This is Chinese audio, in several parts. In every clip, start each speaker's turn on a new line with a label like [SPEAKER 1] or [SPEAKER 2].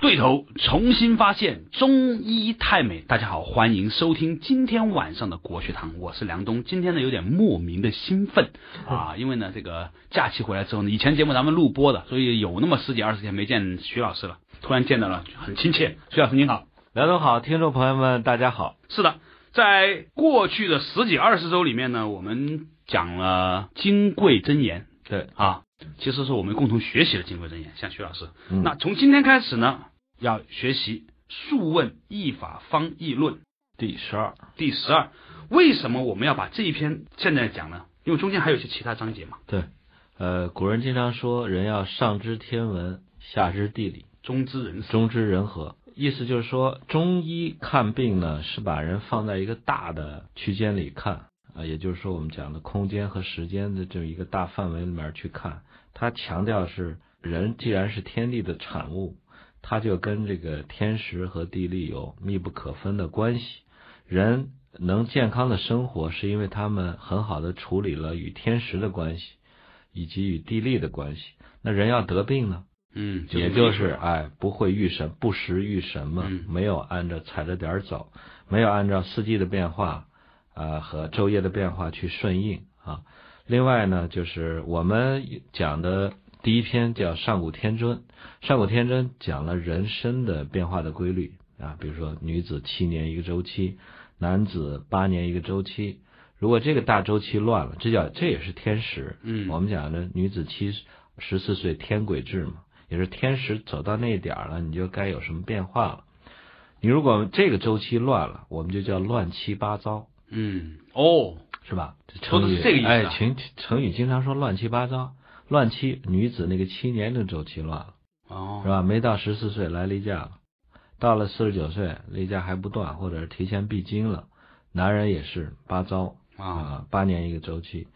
[SPEAKER 1] 对头，重新发现中医太美。大家好，欢迎收听今天晚上的国学堂，我是梁东。今天呢有点莫名的兴奋
[SPEAKER 2] 嗯
[SPEAKER 1] 啊，因为呢这个假期回来之后呢，以前节目咱们录播的，所以有那么十几二十天没见徐老师了，突然见到了，很亲切。徐老师您好，
[SPEAKER 2] 梁总好，听众朋友们大家好。
[SPEAKER 1] 是的，在过去的十几二十周里面呢，我们讲了金匮真言
[SPEAKER 2] 对，
[SPEAKER 1] 啊，其实是我们共同学习的金匮真言，像徐老师。
[SPEAKER 2] 嗯
[SPEAKER 1] 那从今天开始呢，要学习《素问译法方议论》
[SPEAKER 2] 第十二，
[SPEAKER 1] 第十二。为什么我们要把这一篇现在讲呢？因为中间还有一些其他章节嘛，
[SPEAKER 2] 对，呃，古人经常说，人要上知天文，下知地理，
[SPEAKER 1] 中之人死。
[SPEAKER 2] 中知人和。意思就是说，中医看病呢，是把人放在一个大的区间里看啊、也就是说，我们讲的空间和时间的这么一个大范围里面去看。它强调是人既然是天地的产物，它就跟这个天时和地利有密不可分的关系。人能健康的生活，是因为他们很好的处理了与天时的关系，以及与地利的关系。那人要得病呢，
[SPEAKER 1] 嗯，
[SPEAKER 2] 也就是哎，不会御神，不时御神嘛，
[SPEAKER 1] 嗯
[SPEAKER 2] 没有按照踩着点儿走，没有按照四季的变化啊、呃和昼夜的变化去顺应啊。另外呢，就是我们讲的第一篇叫《上古天真》，《上古天真》讲了人身的变化的规律啊，比如说女子七年一个周期，男子八年一个周期。如果这个大周期乱了，这叫这也是天时，
[SPEAKER 1] 嗯，
[SPEAKER 2] 我们讲的女子七十四岁天癸至嘛，也是天时走到那一点儿了，你就该有什么变化了。你如果这个周期乱了，我们就叫乱七八糟，
[SPEAKER 1] 嗯哦，
[SPEAKER 2] 是吧？这
[SPEAKER 1] 说的
[SPEAKER 2] 成
[SPEAKER 1] 是
[SPEAKER 2] 语
[SPEAKER 1] 这个意思啊
[SPEAKER 2] 哎，成成语经常说乱七八糟，乱七女子那个七年的周期乱了，是
[SPEAKER 1] 哦，
[SPEAKER 2] 吧？没到十四岁来例假了，到了四十九岁例假还不断，或者是提前闭经了。男人也是八糟，
[SPEAKER 1] 啊，
[SPEAKER 2] 啊，八年一个周期。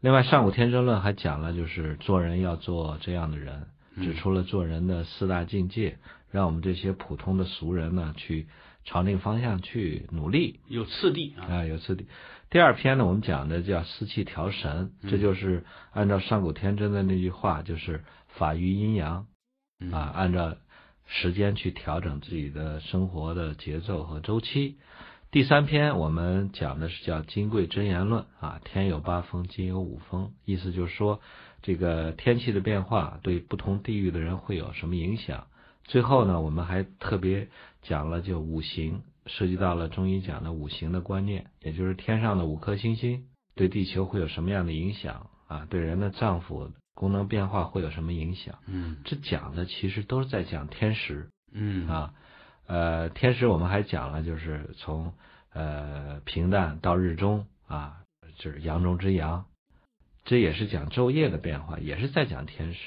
[SPEAKER 2] 另外，《上古天真论》还讲了，就是做人要做这样的人，
[SPEAKER 1] 嗯
[SPEAKER 2] 指出了做人的四大境界，让我们这些普通的俗人呢，去朝那个方向去努力
[SPEAKER 1] 有次第啊，
[SPEAKER 2] 啊。有次第第二篇呢，我们讲的叫四气调神，这就是按照上古天真的那句话，就是法于阴阳
[SPEAKER 1] 嗯
[SPEAKER 2] 啊，按照时间去调整自己的生活的节奏和周期。第三篇我们讲的是叫《金匮真言论》啊，天有八风，金有五风，意思就是说这个天气的变化对不同地域的人会有什么影响。最后呢，我们还特别讲了就五行，涉及到了中医讲的五行的观念，也就是天上的五颗星星对地球会有什么样的影响啊，对人的脏腑功能变化会有什么影响。
[SPEAKER 1] 嗯
[SPEAKER 2] 这讲的其实都是在讲天时，
[SPEAKER 1] 嗯
[SPEAKER 2] 啊，呃，天时我们还讲了，就是从呃平淡到日中啊，就是阳中之阳，这也是讲昼夜的变化，也是在讲天时。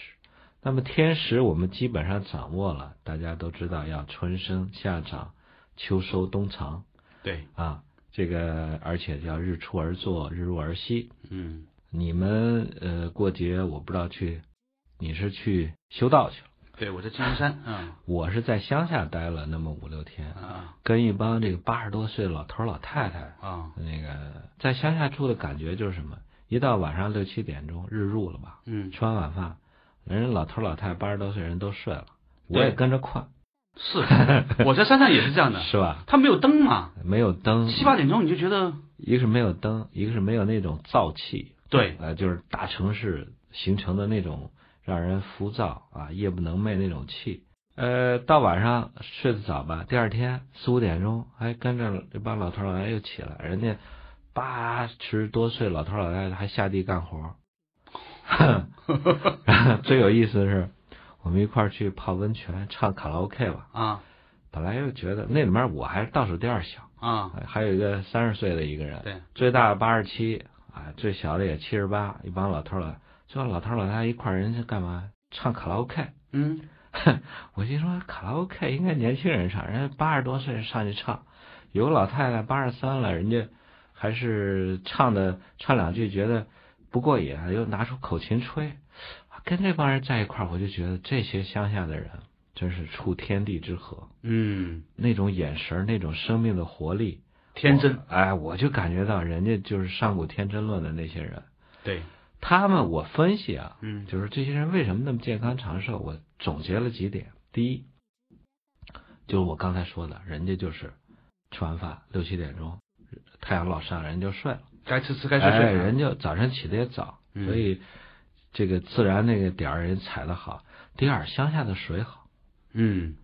[SPEAKER 2] 那么天时我们基本上掌握了，大家都知道要春生夏长，秋收冬藏
[SPEAKER 1] 对，
[SPEAKER 2] 啊，这个而且叫日出而作，日入而息。
[SPEAKER 1] 嗯
[SPEAKER 2] 你们呃过节我不知道去，你是去修道去了，
[SPEAKER 1] 对，我在金龙山啊
[SPEAKER 2] 我是在乡下待了那么五六天。
[SPEAKER 1] 啊
[SPEAKER 2] 跟一帮这个八十多岁的老头儿老太太，
[SPEAKER 1] 啊
[SPEAKER 2] 那个在乡下住的感觉就是什么？一到晚上六七点钟，日入了吧，
[SPEAKER 1] 嗯
[SPEAKER 2] 吃完晚饭，人家老头儿老太太八十多岁人都睡了，
[SPEAKER 1] 对
[SPEAKER 2] 我也跟着困，
[SPEAKER 1] 是，我在山上也是这样的，
[SPEAKER 2] 是吧？
[SPEAKER 1] 它没有灯嘛，
[SPEAKER 2] 没有灯，
[SPEAKER 1] 七八点钟你就觉得
[SPEAKER 2] 一个是没有灯，一个是没有那种燥气，
[SPEAKER 1] 对，
[SPEAKER 2] 呃，就是大城市形成的那种让人浮躁啊、夜不能寐那种气。呃，到晚上睡得早吧，第二天四五点钟还跟着这帮老头老太太又起来，人家八十多岁老头老太太还下地干活儿。 最有意思的是，我们一块儿去泡温泉、唱卡拉 OK 吧。
[SPEAKER 1] 啊
[SPEAKER 2] 本来又觉得那里面我还是倒数第二小，
[SPEAKER 1] 啊
[SPEAKER 2] 还有一个三十岁的一个人，
[SPEAKER 1] 对。
[SPEAKER 2] 最大的八十七啊，最小的也七十八，一帮老头儿老，最后老头儿老太太一块儿人家干嘛？唱卡拉 OK。
[SPEAKER 1] 嗯
[SPEAKER 2] 我心说卡拉 OK 应该年轻人唱，人家八十多岁上去唱，有个老太太八十三了，人家还是唱的唱两句觉得不过瘾，又拿出口琴吹。啊跟这帮人在一块儿，我就觉得这些乡下的人真是触天地之和，
[SPEAKER 1] 嗯，
[SPEAKER 2] 那种眼神儿，那种生命的活力，
[SPEAKER 1] 天真
[SPEAKER 2] 我，哎，我就感觉到人家就是上古天真论的那些人，
[SPEAKER 1] 对，
[SPEAKER 2] 他们我分析啊，
[SPEAKER 1] 嗯
[SPEAKER 2] 就是这些人为什么那么健康长寿，我总结了几点：第一，就是我刚才说的，人家就是吃完饭六七点钟，太阳落山，人就睡了，
[SPEAKER 1] 该吃吃该睡睡。
[SPEAKER 2] 哎，人就早晨起得也早，
[SPEAKER 1] 嗯
[SPEAKER 2] 所以这个自然那个点儿人踩的好。第二，乡下的水好。
[SPEAKER 1] 嗯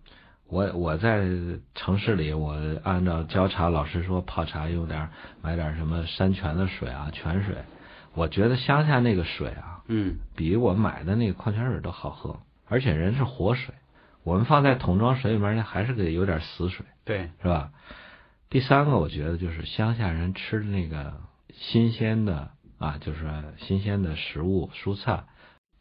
[SPEAKER 2] 我我在城市里，我按照教茶老师说泡茶用点儿买点儿什么山泉的水啊，泉水。我觉得乡下那个水啊，
[SPEAKER 1] 嗯
[SPEAKER 2] 比我买的那个矿泉水都好喝，而且人是活水。我们放在桶装水里面，那还是个有点死水，
[SPEAKER 1] 对
[SPEAKER 2] 是吧？第三个，我觉得就是乡下人吃的那个新鲜的啊，就是新鲜的食物、蔬菜，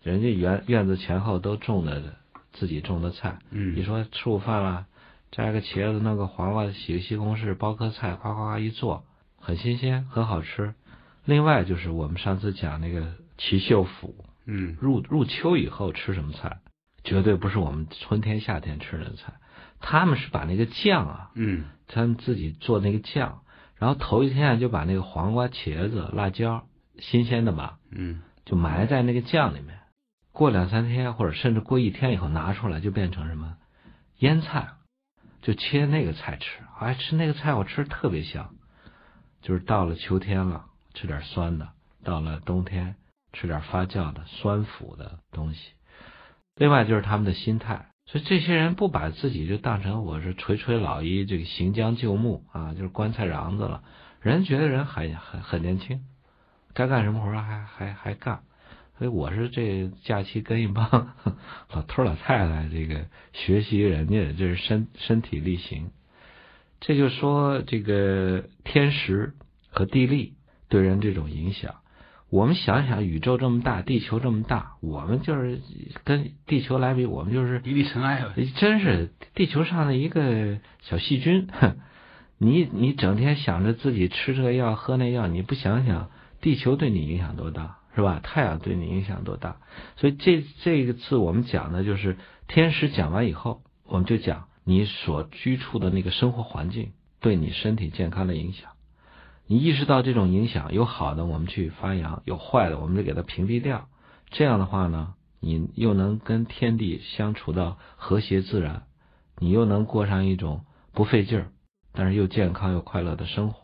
[SPEAKER 2] 人家园院子前后都种的自己种的菜，
[SPEAKER 1] 嗯
[SPEAKER 2] 你说吃午饭了，摘个茄子，弄个黄瓜，洗个西红柿，包颗菜，夸夸夸一做，很新鲜，很好吃。另外就是我们上次讲那个齐秀府，
[SPEAKER 1] 嗯
[SPEAKER 2] 入入秋以后吃什么菜，绝对不是我们春天夏天吃的菜。他们是把那个酱啊，
[SPEAKER 1] 嗯
[SPEAKER 2] 他们自己做那个酱，然后头一天啊就把那个黄瓜、茄子、辣椒，新鲜的嘛，
[SPEAKER 1] 嗯
[SPEAKER 2] 就埋在那个酱里面。过两三天，或者甚至过一天以后拿出来，就变成什么腌菜，就切那个菜吃。哎，吃那个菜我吃得特别香。就是到了秋天了，吃点酸的；到了冬天，吃点发酵的、酸腐的东西。另外就是他们的心态，所以这些人不把自己就当成我是垂垂老矣，这个行将就木啊，就是棺材瓤子了。人觉得人很很很年轻，该干什么活儿还还还干。所以我是这假期跟一帮 老头儿老太太这个学习人家，这是身身体力行。这就说这个天时和地利对人这种影响。我们想想，宇宙这么大，地球这么大，我们就是跟地球来比，我们就是
[SPEAKER 1] 一粒尘埃啊
[SPEAKER 2] 真是地球上的一个小细菌。哼你你整天想着自己吃这个药喝那药，你不想想地球对你影响多大，是吧？太阳对你影响多大？所以这这个次我们讲的就是天时讲完以后，我们就讲你所居处的那个生活环境对你身体健康的影响。你意识到这种影响，有好的我们去发扬，有坏的我们就给它屏蔽掉。这样的话呢，你又能跟天地相处到和谐自然，你又能过上一种不费劲儿，但是又健康又快乐的生活。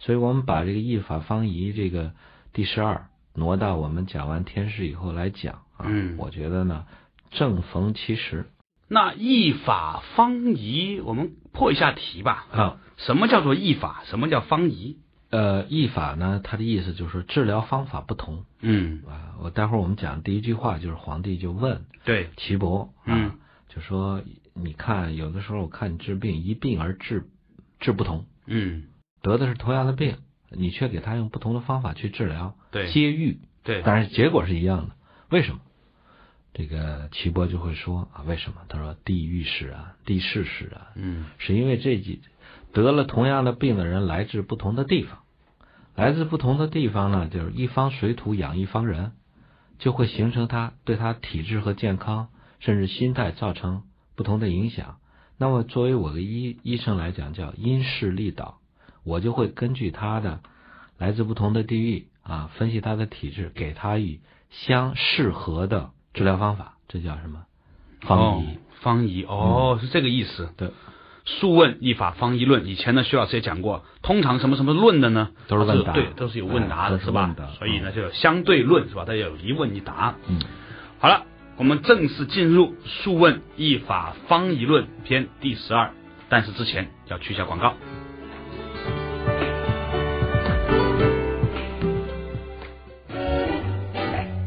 [SPEAKER 2] 所以我们把这个一法方宜这个第十二挪到我们讲完天师以后来讲啊。
[SPEAKER 1] 嗯
[SPEAKER 2] 我觉得呢，正逢其时
[SPEAKER 1] 那一法方宜，我们破一下题吧。
[SPEAKER 2] 啊。
[SPEAKER 1] 什么叫做一法？什么叫方宜？
[SPEAKER 2] 呃，一法呢，它的意思就是说治疗方法不同
[SPEAKER 1] 嗯，
[SPEAKER 2] 啊。我待会儿我们讲第一句话就是皇帝就问
[SPEAKER 1] 对，
[SPEAKER 2] 岐伯啊，
[SPEAKER 1] 嗯
[SPEAKER 2] 就说你看有的时候我看你治病一病而治治不同，
[SPEAKER 1] 嗯，
[SPEAKER 2] 得的是同样的病，你却给他用不同的方法去治疗，
[SPEAKER 1] 对
[SPEAKER 2] 接愈，
[SPEAKER 1] 对，
[SPEAKER 2] 但是结果是一样的，为什么？这个岐伯就会说啊，为什么？他说地狱使然，地势啊使然，
[SPEAKER 1] 嗯
[SPEAKER 2] 是因为这几得了同样的病的人来自不同的地方，来自不同的地方呢，就是一方水土养一方人，就会形成他对他体质和健康，甚至心态造成不同的影响。那么作为我的医医生来讲，叫因势利导，我就会根据他的来自不同的地域啊，分析他的体质，给他以相适合的治疗方法，这叫什么？方
[SPEAKER 1] 哦
[SPEAKER 2] 医。
[SPEAKER 1] 方宜哦，是这个意思。
[SPEAKER 2] 对，
[SPEAKER 1] 《素问·一法方宜论》，以前呢，徐老师也讲过，通常什么什么论的呢，
[SPEAKER 2] 都是问
[SPEAKER 1] 它
[SPEAKER 2] 答
[SPEAKER 1] 对，都是有问答的，
[SPEAKER 2] 哎
[SPEAKER 1] 是
[SPEAKER 2] 都
[SPEAKER 1] 吧
[SPEAKER 2] 是问答？
[SPEAKER 1] 所以呢，就有相对论，是吧？它有一问一答。
[SPEAKER 2] 嗯，
[SPEAKER 1] 好了，我们正式进入《素问·一法方宜论》篇第十二，但是之前要去一下广告。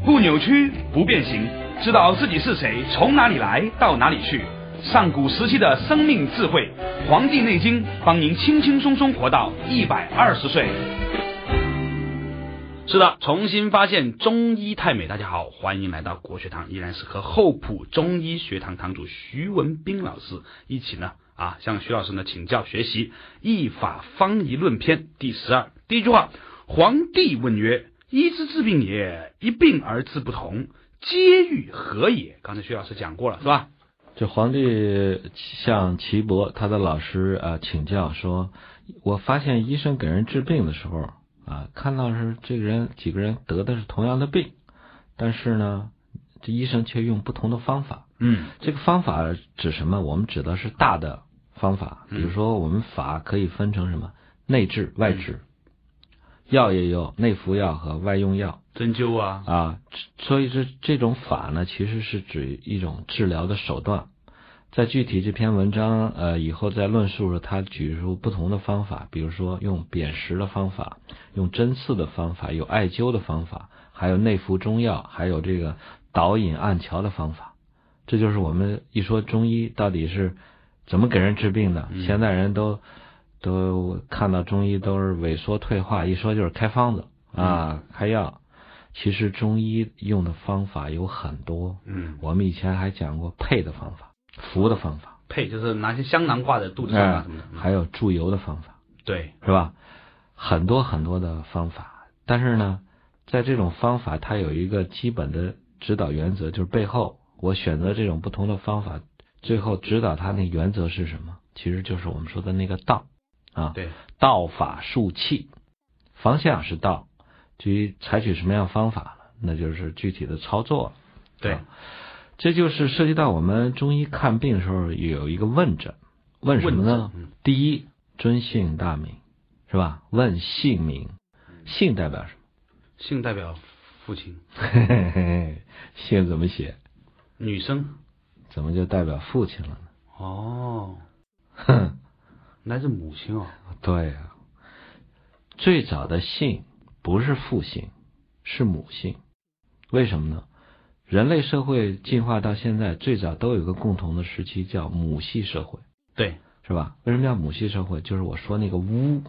[SPEAKER 1] 不扭曲，不变形，知道自己是谁，从哪里来，到哪里去。上古时期的生命智慧，《黄帝内经》帮您轻轻松松活到一百二十岁。是的，重新发现中医太美。大家好，欢迎来到国学堂，依然是和厚朴中医学堂堂主徐文斌老师一起呢啊，向徐老师呢请教学习《医法方宜论篇》第十二。第一句话，皇帝问曰：“医之治病也，一病而治不同，皆欲何也？”刚才徐老师讲过了，是吧？
[SPEAKER 2] 这皇帝向岐伯他的老师啊、呃请教说，我发现医生给人治病的时候啊、看到是这个人几个人得的是同样的病，但是呢，这医生却用不同的方法。
[SPEAKER 1] 嗯
[SPEAKER 2] 这个方法指什么？我们指的是大的方法，比
[SPEAKER 1] 嗯
[SPEAKER 2] 如说我们法可以分成什么内治、外治，药也有内服药和外用药。
[SPEAKER 1] 针灸啊，
[SPEAKER 2] 啊，这所以这这种法呢，其实是指一种治疗的手段。在具体这篇文章呃以后再论述时，他举出不同的方法，比如说用砭石的方法，用针刺的方法，有艾灸的方法，还有内服中药，还有这个导引按桥的方法。这就是我们一说中医到底是怎么给人治病的。
[SPEAKER 1] 嗯
[SPEAKER 2] 现在人都都看到中医都是萎缩退化，一说就是开方子啊，开药。其实中医用的方法有很多，
[SPEAKER 1] 嗯，
[SPEAKER 2] 我们以前还讲过配的方法、服的方法，
[SPEAKER 1] 配就是拿些香囊挂在肚子上啊
[SPEAKER 2] 哎
[SPEAKER 1] 什么的，嗯
[SPEAKER 2] 还有注油的方法，
[SPEAKER 1] 对，
[SPEAKER 2] 是吧？很多很多的方法，但是呢，在这种方法它有一个基本的指导原则，就是背后我选择这种不同的方法，最后指导它那原则是什么？其实就是我们说的那个道啊，
[SPEAKER 1] 对，
[SPEAKER 2] 道法术器，方向是道，至于采取什么样方法了，那就是具体的操作了。
[SPEAKER 1] 对
[SPEAKER 2] 啊，这就是涉及到我们中医看病的时候有一个问诊，问什么呢？
[SPEAKER 1] 问诊嗯
[SPEAKER 2] 第一，尊姓大名，是吧？问姓名，姓代表什
[SPEAKER 1] 性代表父亲，
[SPEAKER 2] 么？ 嘿嘿嘿，姓怎么写？
[SPEAKER 1] 女生，
[SPEAKER 2] 怎么就代表父亲了呢？
[SPEAKER 1] 哦，
[SPEAKER 2] 哼，
[SPEAKER 1] 那是母亲哦，
[SPEAKER 2] 对呀、最早的姓不是父姓，是母姓，为什么呢？人类社会进化到现在，最早都有一个共同的时期，叫母系社会。
[SPEAKER 1] 对，
[SPEAKER 2] 是吧？为什么叫母系社会？就是我说那个巫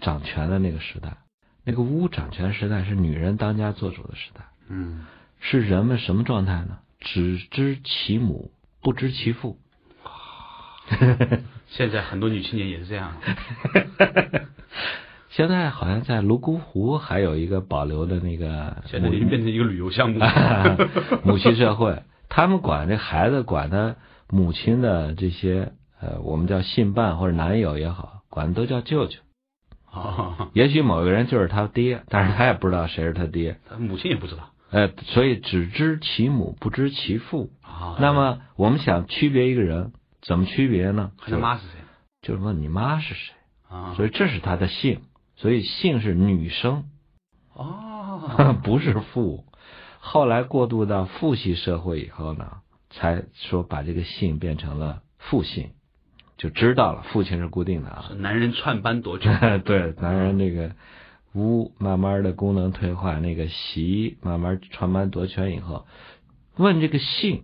[SPEAKER 2] 掌权的那个时代，那个巫掌权时代是女人当家做主的时代，
[SPEAKER 1] 嗯，
[SPEAKER 2] 是人们什么状态呢？只知其母，不知其父。
[SPEAKER 1] 现在很多女青年也是这 样，
[SPEAKER 2] 现在好像在泸沽湖还有一个保留的那个
[SPEAKER 1] 现在已经变成一个旅游项目，
[SPEAKER 2] 母母系社会，他们管这孩子管他母亲的这些呃，我们叫信伴或者男友也好，管都叫舅舅。
[SPEAKER 1] 哦，
[SPEAKER 2] 也许某个人就是他爹，但是他也不知道谁是他爹。
[SPEAKER 1] 他母亲也不知道
[SPEAKER 2] 呃，所以只知其母，不知其父。
[SPEAKER 1] 啊
[SPEAKER 2] 那么我们想区别一个人，怎么区别呢？
[SPEAKER 1] 他的妈是谁
[SPEAKER 2] 就就是问你妈是谁。
[SPEAKER 1] 啊？
[SPEAKER 2] 所以这是他的姓，所以姓是女生，
[SPEAKER 1] 哦，
[SPEAKER 2] 不是父。后来过渡到父系社会以后呢，才说把这个姓变成了父姓，就知道了父亲是固定的啊。
[SPEAKER 1] 男人串班夺权，
[SPEAKER 2] 对，当然那个巫慢慢的功能退化，那个习慢慢传班夺权以后，问这个姓，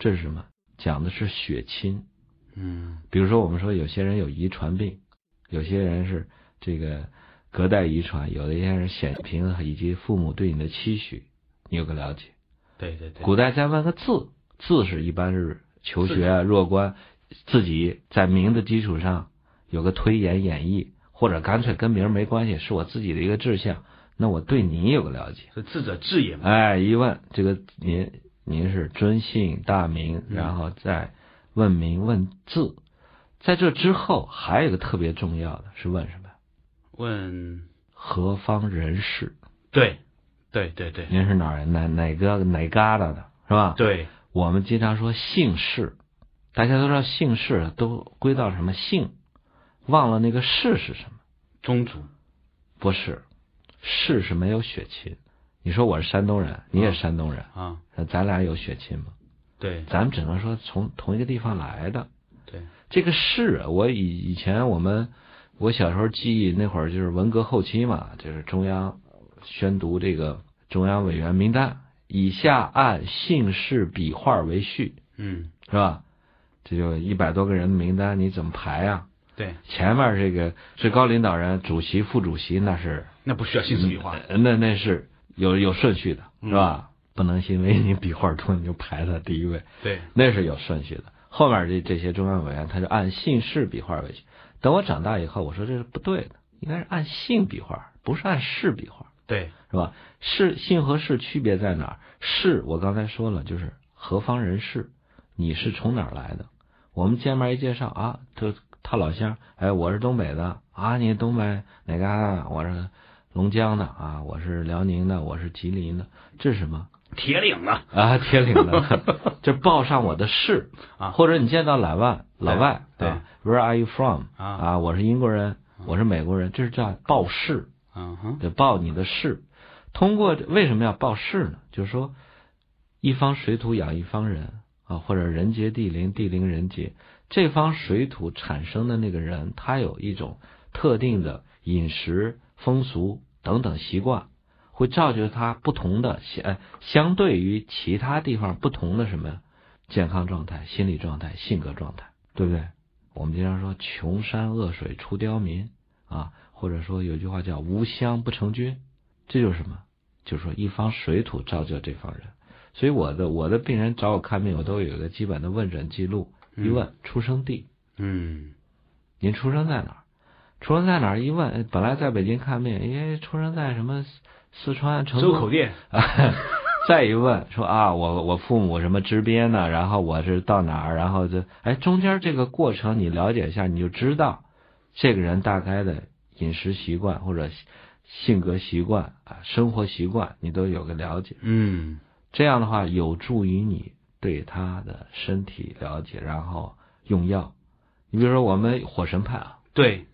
[SPEAKER 2] 这是什么？讲的是血亲。
[SPEAKER 1] 嗯，
[SPEAKER 2] 比如说，我们说有些人有遗传病，有些人是这个隔代遗传，有的一些人显平衡以及父母对你的期许，你有个了解。
[SPEAKER 1] 对对对，
[SPEAKER 2] 古代再问个字，字是一般是求学啊、弱冠，自己在名的基础上有个推演演绎，或者干脆跟名儿没关系，是我自己的一个志向，那我对你有个了解。
[SPEAKER 1] 是智者智也嘛，
[SPEAKER 2] 哎，一问这个您您是尊姓大名，
[SPEAKER 1] 嗯
[SPEAKER 2] 然后再问名问字，在这之后还有一个特别重要的是问什么呀？
[SPEAKER 1] 问，
[SPEAKER 2] 何方人士？
[SPEAKER 1] 对，对对对
[SPEAKER 2] 您是哪儿人？哪哪个哪旮瘩的？是吧？
[SPEAKER 1] 对，
[SPEAKER 2] 我们经常说姓氏，大家都知道姓氏都归到什么姓，忘了那个氏是什么？
[SPEAKER 1] 宗族，
[SPEAKER 2] 不是，氏是没有血亲。你说我是山东人，你也是山东人，
[SPEAKER 1] 啊，
[SPEAKER 2] 那咱俩有血亲吗？
[SPEAKER 1] 对
[SPEAKER 2] 咱们只能说从同一个地方来的。
[SPEAKER 1] 对，
[SPEAKER 2] 这个氏，我以以前我们我小时候记忆那会儿就是文革后期嘛，就是中央宣读这个中央委员名单，以下按姓氏笔画为序。
[SPEAKER 1] 嗯，
[SPEAKER 2] 是吧？这就一百多个人的名单，你怎么排呀、
[SPEAKER 1] 对，
[SPEAKER 2] 前面这个最高领导人、主席、副主席那是，
[SPEAKER 1] 那不需要姓氏笔画，
[SPEAKER 2] 呃那那是有有顺序的，是吧？不能因为你笔画多你就排在第一位，
[SPEAKER 1] 对，
[SPEAKER 2] 那是有顺序的。后面这这些中央委员他就按姓氏笔画为序。等我长大以后，我说这是不对的，应该是按姓笔画，不是按氏笔画，
[SPEAKER 1] 对，
[SPEAKER 2] 是吧？氏姓和氏区别在哪儿？氏我刚才说了，就是何方人士，你是从哪儿来的？我们见面一介绍啊，他他老乡，哎，我是东北的啊，你东北哪嘎达的？我是龙江的啊，我是辽宁的，我是吉林的，这是什么？
[SPEAKER 1] 铁岭了
[SPEAKER 2] 啊， 铁岭的，就报上我的市
[SPEAKER 1] 啊
[SPEAKER 2] 或者你见到老外，老外，
[SPEAKER 1] 对
[SPEAKER 2] 啊，Where are you from？
[SPEAKER 1] 啊
[SPEAKER 2] 啊，我是英国人，我是美国人，这是叫报市，
[SPEAKER 1] 嗯哼，
[SPEAKER 2] 得报你的市。通过为什么要报市呢？就是说，一方水土养一方人啊，或者人杰地灵，地灵人杰。这方水土产生的那个人，他有一种特定的饮食、风俗等等习惯，会造就他不同的相哎相对于其他地方不同的什么呀健康状态、心理状态、性格状态，对不对？我们经常说“穷山恶水出刁民”，啊，或者说有句话叫“无乡不成军”，这就是什么？就是说一方水土造就这方人。所以我的我的病人找我看病，我都有一个基本的问诊记录，一问出生地，
[SPEAKER 1] 嗯
[SPEAKER 2] 您出生在哪儿？出生在哪儿？一问，哎本来在北京看病，哎，出生在什么四四川成
[SPEAKER 1] 周
[SPEAKER 2] 都
[SPEAKER 1] 口店，
[SPEAKER 2] 啊，再一问说啊，我我父母什么支边呢？然后我是到哪儿？然后就哎，中间这个过程你了解一下，你就知道这个人大概的饮食习惯或者性性格习惯啊，生活习惯你都有个了解。
[SPEAKER 1] 嗯
[SPEAKER 2] 这样的话有助于你对他的身体了解，然后用药。你比如说我们火神派啊，
[SPEAKER 1] 对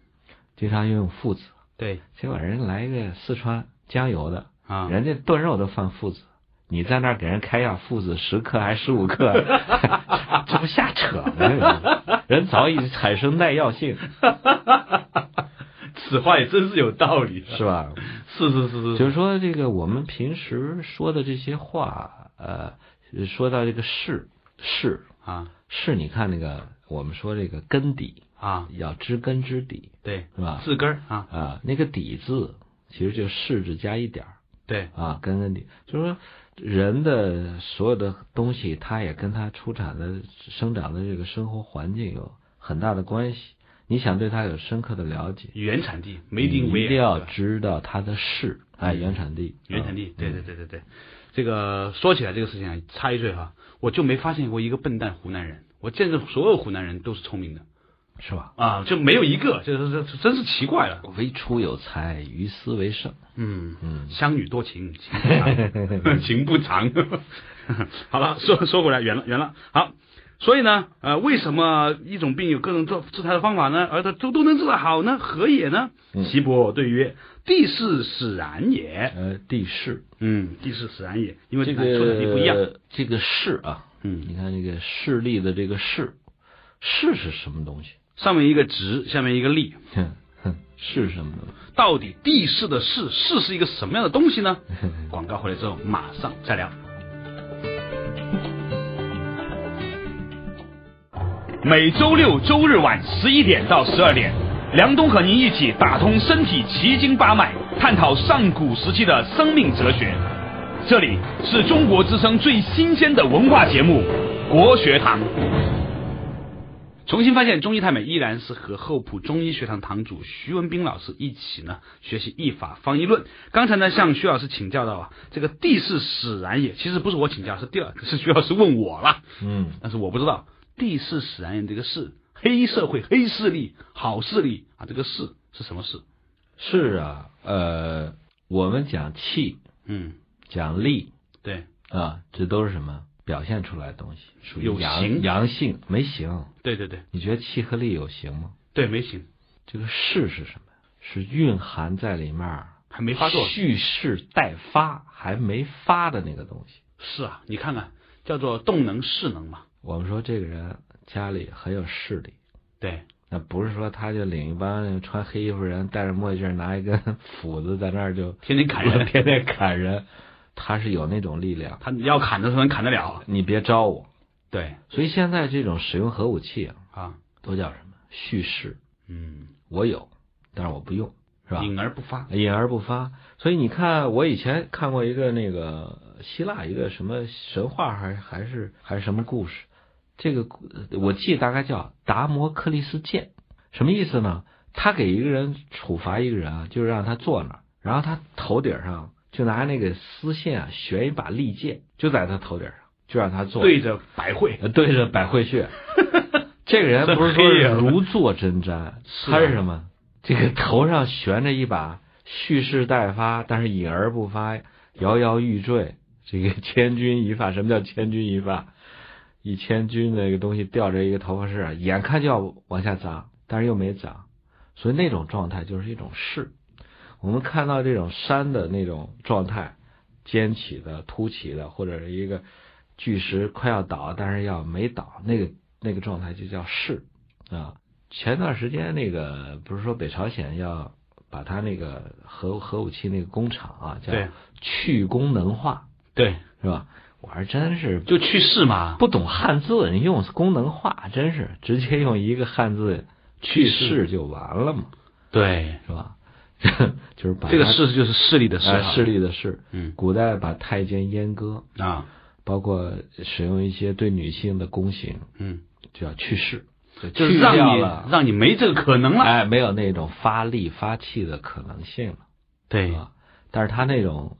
[SPEAKER 2] 经常用附子，
[SPEAKER 1] 对
[SPEAKER 2] 结果人家来一个四川江油的，
[SPEAKER 1] 啊，
[SPEAKER 2] 人家炖肉都放附子，你在那儿给人开药附子十克还十五克， 这不瞎扯吗？人早已产生耐药性，
[SPEAKER 1] 此话也真是有道理，
[SPEAKER 2] 是吧？
[SPEAKER 1] 是是是是，
[SPEAKER 2] 就是说，这个我们平时说的这些话，呃，说到这个是是
[SPEAKER 1] 啊
[SPEAKER 2] 是，你看那个我们说这个根底，
[SPEAKER 1] 啊，
[SPEAKER 2] 要知根知底，
[SPEAKER 1] 对，
[SPEAKER 2] 是吧？
[SPEAKER 1] 字根儿啊，
[SPEAKER 2] 啊、那个底字其实就是是字加一点儿。
[SPEAKER 1] 对，
[SPEAKER 2] 啊，跟跟你就是说，人的所有的东西，它也跟它出产的、生长的这个生活环境有很大的关系。你想对它有深刻的了解，
[SPEAKER 1] 原产地
[SPEAKER 2] 你
[SPEAKER 1] made in
[SPEAKER 2] 一定
[SPEAKER 1] where，
[SPEAKER 2] 要
[SPEAKER 1] 对吧嗯
[SPEAKER 2] 知道它的是哎原产地，
[SPEAKER 1] 原产地
[SPEAKER 2] 啊，
[SPEAKER 1] 对对对对对，这个说起来这个事情啊，插一句哈，我就没发现过一个笨蛋湖南人，我见着所有湖南人都是聪明的
[SPEAKER 2] 嗯是吧？
[SPEAKER 1] 啊，就没有一个，这这这真是奇怪了，
[SPEAKER 2] 唯出有才，于斯为盛。
[SPEAKER 1] 嗯。
[SPEAKER 2] 嗯，
[SPEAKER 1] 湘女多情，情不长，情不长。 好了，说说回来，圆了圆了。好，所以呢，呃，为什么一种病有各种治治它的方法呢？而它都都能治得好呢？何也呢？岐伯对曰：“地势使然也。
[SPEAKER 2] 呃，地势”
[SPEAKER 1] 嗯，地势使然也，哎因为
[SPEAKER 2] 这
[SPEAKER 1] 它出产地不一样。
[SPEAKER 2] 个这个势啊，
[SPEAKER 1] 嗯，
[SPEAKER 2] 你看这个势力的这个势，势是什么东西？
[SPEAKER 1] 上面一个直，下面一个立，
[SPEAKER 2] 哼哼，是什么东西？
[SPEAKER 1] 到底地势的势，势是一个什么样的东西呢？广告回来之后马上再聊。每周六周日晚十一点到十二点，梁冬和您一起打通身体奇经八脉，探讨上古时期的生命哲学。这里是中国之声最新鲜的文化节目《国学堂》。重新发现中医太美，依然是和厚朴中医学堂堂主徐文斌老师一起呢学习易法方医论。刚才呢向徐老师请教到啊，这个地势使然也，其实不是我请教，是第二是徐老师问我了，
[SPEAKER 2] 嗯。
[SPEAKER 1] 但是我不知道地势使然也这个势，黑社会、黑势力、好势力啊，这个势是什么势？
[SPEAKER 2] 是啊，呃，我们讲气，
[SPEAKER 1] 嗯，
[SPEAKER 2] 讲力
[SPEAKER 1] 对，
[SPEAKER 2] 啊，这都是什么表现出来的东西，属于
[SPEAKER 1] 有形
[SPEAKER 2] 阳阳性没形。
[SPEAKER 1] 对对对
[SPEAKER 2] 你觉得气和力有形吗？
[SPEAKER 1] 对，没行，
[SPEAKER 2] 这个势是什么呀？是蕴含在里面儿，
[SPEAKER 1] 还没发作。
[SPEAKER 2] 蓄势待发，还没发的那个东西。
[SPEAKER 1] 是啊，你看看，叫做动能势能嘛。
[SPEAKER 2] 我们说这个人家里很有势力，
[SPEAKER 1] 对，
[SPEAKER 2] 那不是说他就领一帮穿黑衣服人，戴着墨镜，拿一根 斧子在那儿就
[SPEAKER 1] 天 天砍人，
[SPEAKER 2] 天天砍人，他是有那种力量。
[SPEAKER 1] 他要砍的时候能砍得了。
[SPEAKER 2] 你别招我，
[SPEAKER 1] 对
[SPEAKER 2] 所以现在这种使用核武器啊，
[SPEAKER 1] 啊，
[SPEAKER 2] 都叫什么蓄势？
[SPEAKER 1] 嗯，
[SPEAKER 2] 我有，但是我不用，是吧？
[SPEAKER 1] 隐而不发。
[SPEAKER 2] 隐而不发。所以你看，我以前看过一个那个希腊一个什么神话还，还是还是什么故事？这个故我记得大概叫达摩克利斯剑，什么意思呢？他给一个人处罚一个人啊，就是让他坐那儿，然后他头顶上就拿那个丝线啊悬一把利剑，就在他头顶上，就让他坐那儿。
[SPEAKER 1] 对着百会，
[SPEAKER 2] 呃对着百 会穴。这个人不是说如坐针毡，
[SPEAKER 1] 是啊
[SPEAKER 2] 他是什么？这个头上悬着一把蓄势待发，但是隐而不发，摇摇欲坠，这个 千钧一发。什么叫千钧一发？一千钧的一个东西吊着一个头发饰，眼看就要往下砸，但是又没砸，所以那种状态就是一种势。我们看到这种山的那种状态，尖起的、凸起的，或者是一个巨石快要倒，但是要没倒，那个那个状态就叫势啊。前段时间那个不是说北朝鲜要把它那个核核武器那个工厂啊，叫
[SPEAKER 1] 对
[SPEAKER 2] 去功能化
[SPEAKER 1] 对，
[SPEAKER 2] 是吧？我还真是
[SPEAKER 1] 就去世嘛，
[SPEAKER 2] 不懂汉字，你用功能化，真是直接用一个汉字去世就完了嘛，
[SPEAKER 1] 对，
[SPEAKER 2] 是吧？ 就是把
[SPEAKER 1] 这个
[SPEAKER 2] 它
[SPEAKER 1] 势就是势力的势
[SPEAKER 2] 呃
[SPEAKER 1] 啊，
[SPEAKER 2] 势力的势，
[SPEAKER 1] 嗯
[SPEAKER 2] 古代把太监阉割，
[SPEAKER 1] 啊，
[SPEAKER 2] 包括使用一些对女性的宫刑，
[SPEAKER 1] 嗯，
[SPEAKER 2] 就叫去世，
[SPEAKER 1] 就
[SPEAKER 2] 去
[SPEAKER 1] 是让
[SPEAKER 2] 掉
[SPEAKER 1] 你
[SPEAKER 2] 了，
[SPEAKER 1] 让你没这个可能了，
[SPEAKER 2] 哎，没有那种发力发气的可能性了，
[SPEAKER 1] 对，
[SPEAKER 2] 啊，但是他那种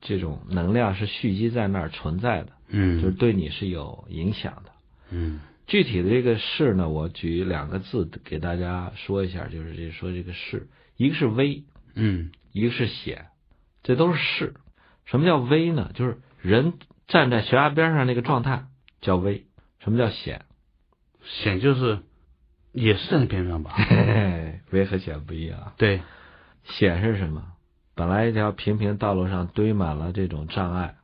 [SPEAKER 2] 这种能量是蓄积在那儿存在的，就是
[SPEAKER 1] 嗯
[SPEAKER 2] 对你是有影响的。
[SPEAKER 1] 嗯
[SPEAKER 2] 具体的这个势呢，我举两个字给大家说一下，就是这说这个势，一个是威，
[SPEAKER 1] 嗯
[SPEAKER 2] 一个是险，这都是势。什么叫危呢？就是人站在悬崖边上那个状态叫危。什么叫险？
[SPEAKER 1] 险就是也是在那边上吧，
[SPEAKER 2] 危和险不一样啊。
[SPEAKER 1] 对，
[SPEAKER 2] 险是什么？本来一条平平道路上堆满了这种障碍，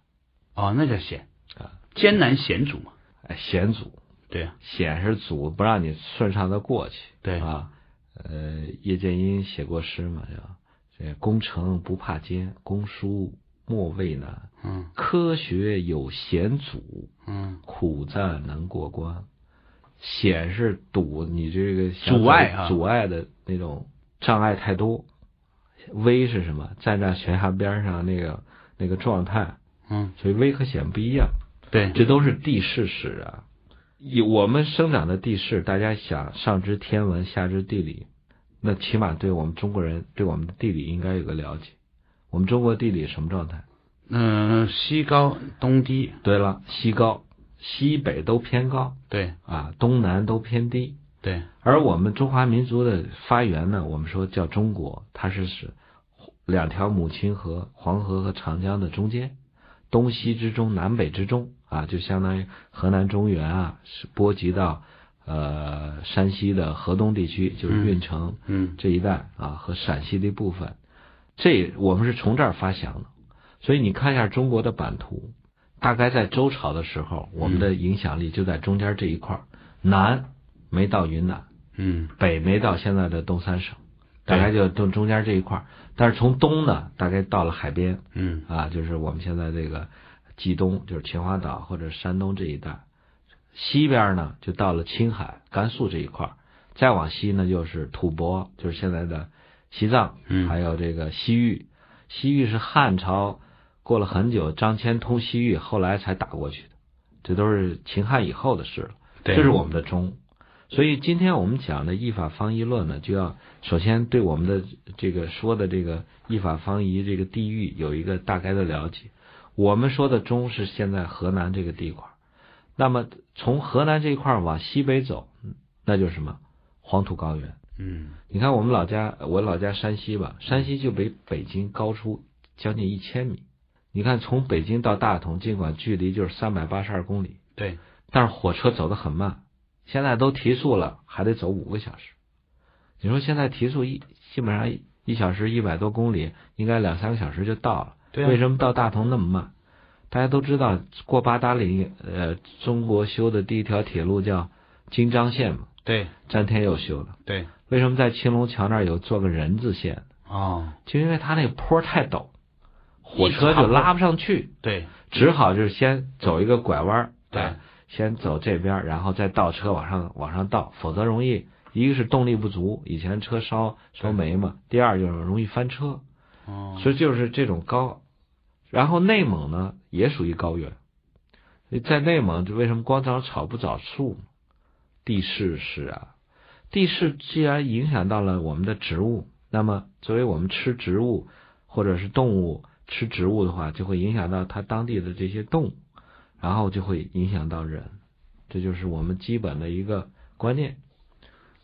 [SPEAKER 1] 哦，那叫险
[SPEAKER 2] 啊，
[SPEAKER 1] 艰难险阻嘛，
[SPEAKER 2] 哎，险阻，
[SPEAKER 1] 对啊，
[SPEAKER 2] 险是阻，不让你顺畅的过去。
[SPEAKER 1] 对
[SPEAKER 2] 啊，呃，叶剑英写过诗嘛，叫“这攻城不怕艰，攻书莫畏难，
[SPEAKER 1] 嗯
[SPEAKER 2] 科学有险阻，
[SPEAKER 1] 嗯，
[SPEAKER 2] 苦战能过关，险是堵你这个想
[SPEAKER 1] 阻碍啊
[SPEAKER 2] 走阻碍的那种障碍太多。危是什么？站在悬崖边上那个那个状态，
[SPEAKER 1] 嗯，
[SPEAKER 2] 所以危和险不一样，
[SPEAKER 1] 对，
[SPEAKER 2] 这都是地势使然。以我们生长的地势，大家想上知天文，下知地理，那起码对我们中国人对我们的地理应该有个了解。我们中国地理什么状态？
[SPEAKER 1] 嗯，西高东低，
[SPEAKER 2] 对了，西高，西北都偏高
[SPEAKER 1] 对
[SPEAKER 2] 啊，东南都偏低。
[SPEAKER 1] 对，
[SPEAKER 2] 而我们中华民族的发源呢，我们说叫中国，它是是两条母亲河黄河和长江的中间，东西之中，南北之中啊，就相当于河南中原啊，是波及到呃山西的河东地区，就是运城
[SPEAKER 1] 嗯
[SPEAKER 2] 这一带啊，和陕西的一部分，这我们是从这儿发祥的。所以你看一下中国的版图，大概在周朝的时候，我们的影响力就在中间这一块儿，南没到云南。
[SPEAKER 1] 嗯
[SPEAKER 2] 北没到现在的东三省，
[SPEAKER 1] 对
[SPEAKER 2] 大概就中中间这一块儿。但是从东呢，大概到了海边
[SPEAKER 1] 嗯
[SPEAKER 2] 啊，就是我们现在这个冀东，就是秦皇岛或者山东这一带。西边呢，就到了青海、甘肃这一块儿。再往西呢，就是吐蕃，就是现在的西藏，
[SPEAKER 1] 嗯
[SPEAKER 2] 还有这个西域。西域是汉朝过了很久，张骞通西域，后来才打过去的。这都是秦汉以后的事了。
[SPEAKER 1] 对，
[SPEAKER 2] 这是我们的中。所以今天我们讲的依法方一论呢，就要首先对我们的这个说的这个依法方一这个地域有一个大概的了解。我们说的中是现在河南这个地块儿，那么从河南这一块儿往西北走，那就是什么黄土高原。
[SPEAKER 1] 嗯
[SPEAKER 2] 你看我们老家，我老家山西吧，山西就比北京高出将近一千米。你看从北京到大同，尽管距离就是三百八十二公里，
[SPEAKER 1] 对，
[SPEAKER 2] 但是火车走得很慢，现在都提速了，还得走五个小时。你说现在提速一基本上一一小时一百多公里，应该两三个小时就到了。
[SPEAKER 1] 对啊
[SPEAKER 2] 为什么到大同那么慢？大家都知道，过八达岭，呃，中国修的第一条铁路叫京张线嘛，
[SPEAKER 1] 对
[SPEAKER 2] 詹天佑修的。
[SPEAKER 1] 对，
[SPEAKER 2] 为什么在青龙桥那儿有做个人字线？
[SPEAKER 1] 哦，
[SPEAKER 2] 就因为它那个坡太陡，火车就拉不上去，
[SPEAKER 1] 对
[SPEAKER 2] 只好就是先走一个拐弯儿，
[SPEAKER 1] 对
[SPEAKER 2] 哎先走这边儿，然后再倒车往上往上倒，否则容易一个是动力不足，以前车烧烧煤嘛；第二就是容易翻车，
[SPEAKER 1] 哦，
[SPEAKER 2] 所以就是这种高。然后内蒙呢也属于高原，所以在内蒙就为什么光长草不长树？地势是啊，地势既然影响到了我们的植物，那么作为我们吃植物或者是动物吃植物的话，就会影响到它当地的这些动物，然后就会影响到人，这就是我们基本的一个观念。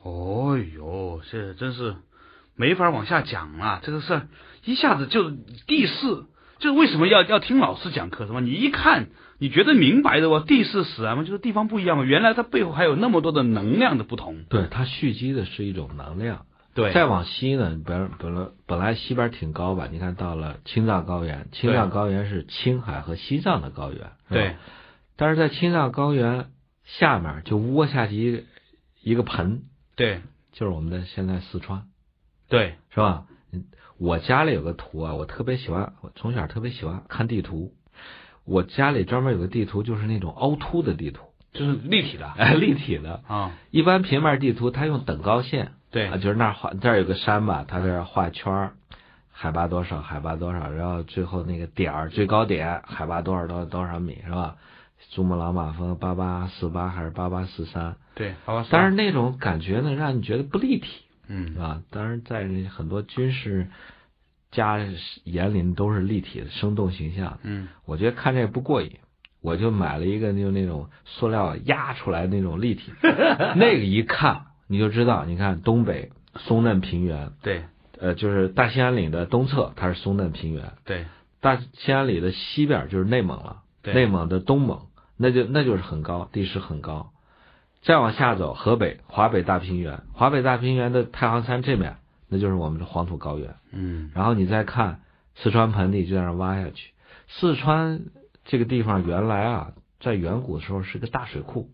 [SPEAKER 1] 哦呦，这真是没法往下讲了，这个事儿一下子就地势，就是为什么要要听老师讲课？什么？你一看，你觉得明白的哦，地势使然嘛，就是地方不一样嘛。原来它背后还有那么多的能量的不同。
[SPEAKER 2] 对，它蓄积的是一种能量。
[SPEAKER 1] 对嗯
[SPEAKER 2] 再往西呢，本本来本来西边挺高吧，你看到了青藏高原，青藏高原是青海和西藏的高原，是吧
[SPEAKER 1] 对，
[SPEAKER 2] 但是在青藏高原下面就窝下去一个一个盆，
[SPEAKER 1] 对
[SPEAKER 2] 就是我们的现在四川，
[SPEAKER 1] 对，
[SPEAKER 2] 是吧？嗯我家里有个图啊，我特别喜欢，我从小特别喜欢看地图。我家里专门有个地图，就是那种凹凸的地图，
[SPEAKER 1] 就是立体的啊、
[SPEAKER 2] 哎，立体的。一般平面地图它用等高线，
[SPEAKER 1] 对
[SPEAKER 2] 啊，就是那儿画这儿有个山吧，它在这儿画圈儿，海拔多少，海拔多少，然后最后那个点儿最高点海拔多少多少多少米是吧？珠穆朗玛峰八八四八还是八八四三？
[SPEAKER 1] 对，好吧。
[SPEAKER 2] 但是那种感觉呢，让你觉得不立体
[SPEAKER 1] 嗯，
[SPEAKER 2] 啊。当然，在很多军事家眼里都是立体的、生动形象的。
[SPEAKER 1] 嗯
[SPEAKER 2] 我觉得看这不过瘾，我就买了一个就那种塑料压出来那种立体，那个一看你就知道，你看东北松嫩平原，
[SPEAKER 1] 对
[SPEAKER 2] 呃，就是大兴安岭的东侧它是松嫩平原，
[SPEAKER 1] 对
[SPEAKER 2] 大兴安岭的西边就是内蒙了，
[SPEAKER 1] 对
[SPEAKER 2] 内蒙的东蒙，那就那就是很高，地势很高。再往下走，河北华北大平原，华北大平原的太行山这面，那就是我们的黄土高原。
[SPEAKER 1] 嗯
[SPEAKER 2] 然后你再看四川盆地就在那儿挖下去。四川这个地方原来啊，在远古的时候是个大水库，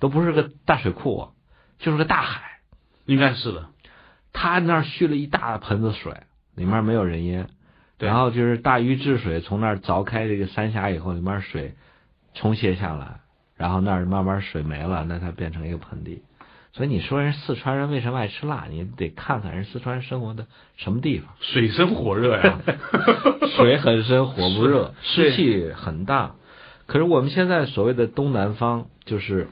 [SPEAKER 2] 都不是个大水库啊，就是个大海。
[SPEAKER 1] 应该是的。
[SPEAKER 2] 他那儿蓄了一大盆子水，里面没有人烟。
[SPEAKER 1] 对
[SPEAKER 2] 然后就是大禹治水，从那儿凿开这个三峡以后，里面水冲泻下来，然后那儿慢慢水没了，那它变成一个盆地。所以你说人四川人为什么爱吃辣？你得看看人四川生活的什么地方。
[SPEAKER 1] 水深火热 呀、
[SPEAKER 2] 水很深，火不热，
[SPEAKER 1] 是
[SPEAKER 2] 湿气很大。可是我们现在所谓的东南方，就是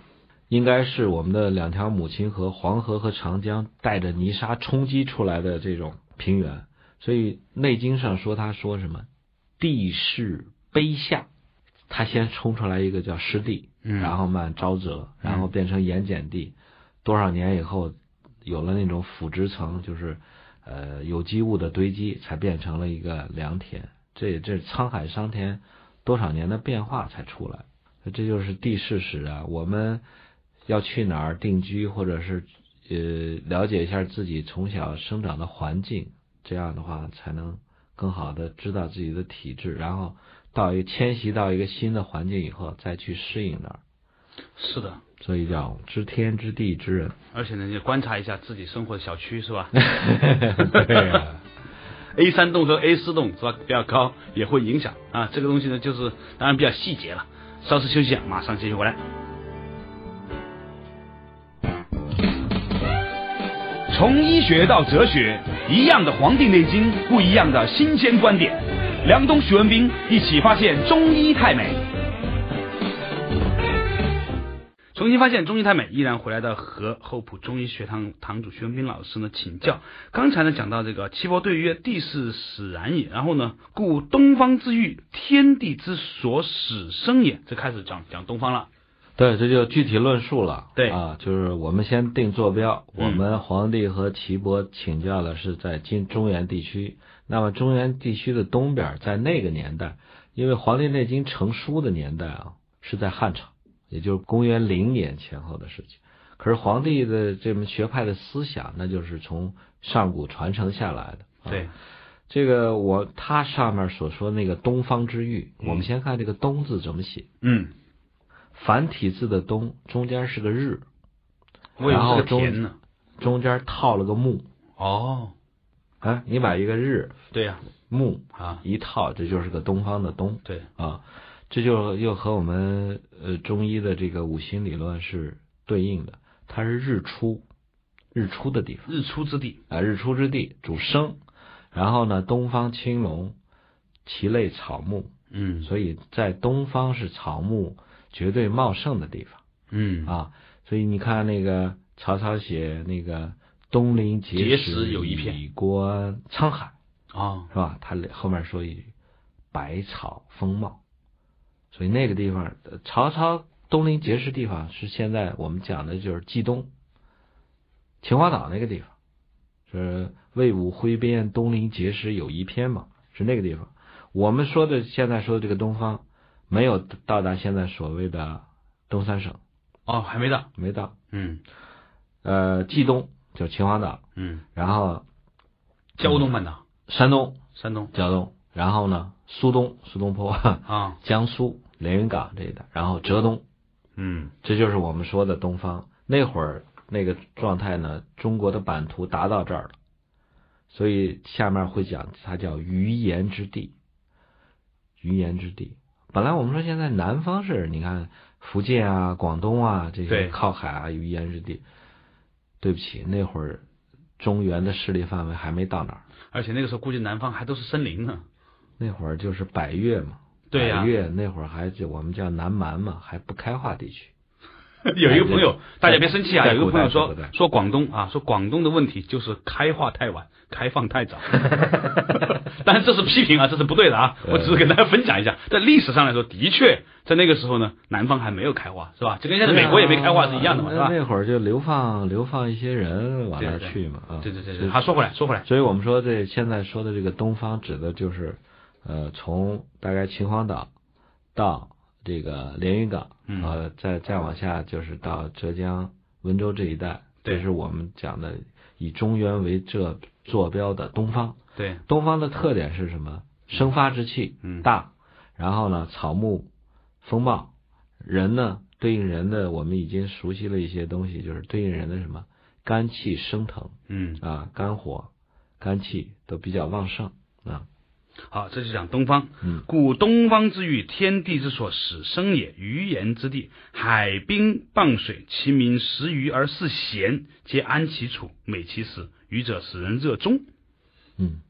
[SPEAKER 2] 应该是我们的两条母亲河——黄河和长江，带着泥沙冲击出来的这种平原。所以《内经》上说，他说什么“地势卑下”，他先冲出来一个叫湿地，
[SPEAKER 1] 嗯
[SPEAKER 2] 然后慢慢沼泽，然后变成盐碱地。多少年以后，有了那种腐殖层，就是呃有机物的堆积，才变成了一个良田。这这沧海桑田多少年的变化才出来，这就是地势使然。我们要去哪儿定居，或者是呃了解一下自己从小生长的环境，这样的话才能更好的知道自己的体质，然后到一个迁徙到一个新的环境以后，再去适应那儿。
[SPEAKER 1] 是的，
[SPEAKER 2] 所以叫知天知地知 人。
[SPEAKER 1] 而且呢，你观察一下自己生活的小区是 吧
[SPEAKER 2] 对呀、
[SPEAKER 1] ？A 三栋和 A 四栋是吧比较高，也会影响啊。这个东西呢，就是当然比较细节了。稍事休息啊，马上继续回来。从医学到哲学，一样的《黄帝内经》，不一样的新鲜观点。梁冬、许文斌一起发现中医太美。重新发现中医太美，依然回来的和厚朴中医学堂堂主徐文斌老师呢请教。刚才呢讲到这个岐伯对曰：“地势使然也，然后呢，故东方之欲，天地之所使生也。”这开始讲讲东方了。
[SPEAKER 2] 对，这就具体论述了。
[SPEAKER 1] 对
[SPEAKER 2] 啊，就是我们先定坐标。
[SPEAKER 1] 嗯
[SPEAKER 2] 我们皇帝和岐伯请教的是在今中原地区。那么中原地区的东边，在那个年代，因为《黄帝内经》成书的年代啊，是在汉朝，也就是公元零年前后的事情。可是皇帝的这门学派的思想，那就是从上古传承下来的。啊
[SPEAKER 1] 对，
[SPEAKER 2] 这个我他上面所说那个东方之域，
[SPEAKER 1] 嗯
[SPEAKER 2] 我们先看这个“东”字怎么写。
[SPEAKER 1] 嗯，
[SPEAKER 2] 繁体字的“东”中间是个日，
[SPEAKER 1] 我以
[SPEAKER 2] 然后
[SPEAKER 1] 为是个
[SPEAKER 2] 中
[SPEAKER 1] 田呢。
[SPEAKER 2] 中间套了个木
[SPEAKER 1] 哦，
[SPEAKER 2] 啊，你把一个日
[SPEAKER 1] 对呀、
[SPEAKER 2] 木
[SPEAKER 1] 啊，
[SPEAKER 2] 一套，这就是个东方的东
[SPEAKER 1] 对，
[SPEAKER 2] 啊，这就又和我们呃中医的这个五行理论是对应的，它是日出，日出的地方
[SPEAKER 1] 日出之地。
[SPEAKER 2] 啊，日出之地主生，然后呢，东方青龙，其类草木，
[SPEAKER 1] 嗯
[SPEAKER 2] 所以在东方是草木绝对茂盛的地方。
[SPEAKER 1] 嗯，
[SPEAKER 2] 啊，所以你看那个曹操写那个“东临碣
[SPEAKER 1] 碣石有一片
[SPEAKER 2] 以观沧海
[SPEAKER 1] 哦，”，
[SPEAKER 2] 是吧？他后面说一句“百草丰茂”，所以那个地方，呃曹操东临碣石地方是现在我们讲的就是冀东，秦皇岛那个地方，是魏武挥鞭，东临碣石有一篇嘛，是那个地方。我们说的现在说的这个东方，没有到达现在所谓的东三省，
[SPEAKER 1] 哦，还没到，
[SPEAKER 2] 没到。
[SPEAKER 1] 嗯
[SPEAKER 2] 呃，冀东就是秦皇岛，
[SPEAKER 1] 嗯，
[SPEAKER 2] 然后
[SPEAKER 1] 胶东半岛，
[SPEAKER 2] 山东、
[SPEAKER 1] 山东
[SPEAKER 2] 胶东，然后呢，苏东、苏东坡、
[SPEAKER 1] 啊，
[SPEAKER 2] 江苏连云港这一带，然后浙东，
[SPEAKER 1] 嗯
[SPEAKER 2] 这就是我们说的东方。那会儿那个状态呢，中国的版图达到这儿了，所以下面会讲它叫鱼盐之地，鱼盐之地。本来我们说现在南方是，你看福建啊、广东啊这
[SPEAKER 1] 对
[SPEAKER 2] 些靠海啊，鱼盐之地。对不起，那会儿中原的势力范围还没到那儿，
[SPEAKER 1] 而且那个时候估计南方还都是森林呢。
[SPEAKER 2] 那会儿就是百越嘛，
[SPEAKER 1] 对呀
[SPEAKER 2] 百越那会儿还就我们叫南蛮嘛，还不开化地区。
[SPEAKER 1] 有一个朋友，大家别生气啊，有
[SPEAKER 2] 哎在
[SPEAKER 1] 一个
[SPEAKER 2] 古代
[SPEAKER 1] 朋友
[SPEAKER 2] 在
[SPEAKER 1] 说
[SPEAKER 2] 古代
[SPEAKER 1] 说广东啊，说广东的问题就是开化太晚，开放太 早。当然这是批评啊，这是不对的啊，我只是给大家分享一下，在历史上来说，的确在那个时候呢，南方还没有开化，是吧？就跟现在美国也没开化是一样的嘛，是
[SPEAKER 2] 那
[SPEAKER 1] 吧？
[SPEAKER 2] 啊那会儿就流放流放一些人往那儿
[SPEAKER 1] 对对
[SPEAKER 2] 去嘛，啊，
[SPEAKER 1] 对对对
[SPEAKER 2] 所
[SPEAKER 1] 对，
[SPEAKER 2] 以
[SPEAKER 1] 好，说回来说回来，
[SPEAKER 2] 所以我们说这现在说的这个东方指的就是，呃，从大概秦皇岛到这个连云港，
[SPEAKER 1] 嗯
[SPEAKER 2] 呃，再再往下就是到浙江温州这一带，
[SPEAKER 1] 对
[SPEAKER 2] 这是我们讲的以中原为这坐标的东方。
[SPEAKER 1] 对，
[SPEAKER 2] 东方的特点是什么？生发之气
[SPEAKER 1] 嗯
[SPEAKER 2] 大，然后呢，草木风貌，人呢对应人的我们已经熟悉了一些东西，就是对应人的什么肝气升腾
[SPEAKER 1] 嗯，
[SPEAKER 2] 啊，肝火、肝气都比较旺盛啊。
[SPEAKER 1] 好，这就讲东方。
[SPEAKER 2] 嗯，
[SPEAKER 1] 故东方之域，天地之所始生也，鱼盐之地，海滨傍水，其民食鱼而嗜咸，皆安其处，美其食。鱼者，使人热衷。
[SPEAKER 2] 嗯，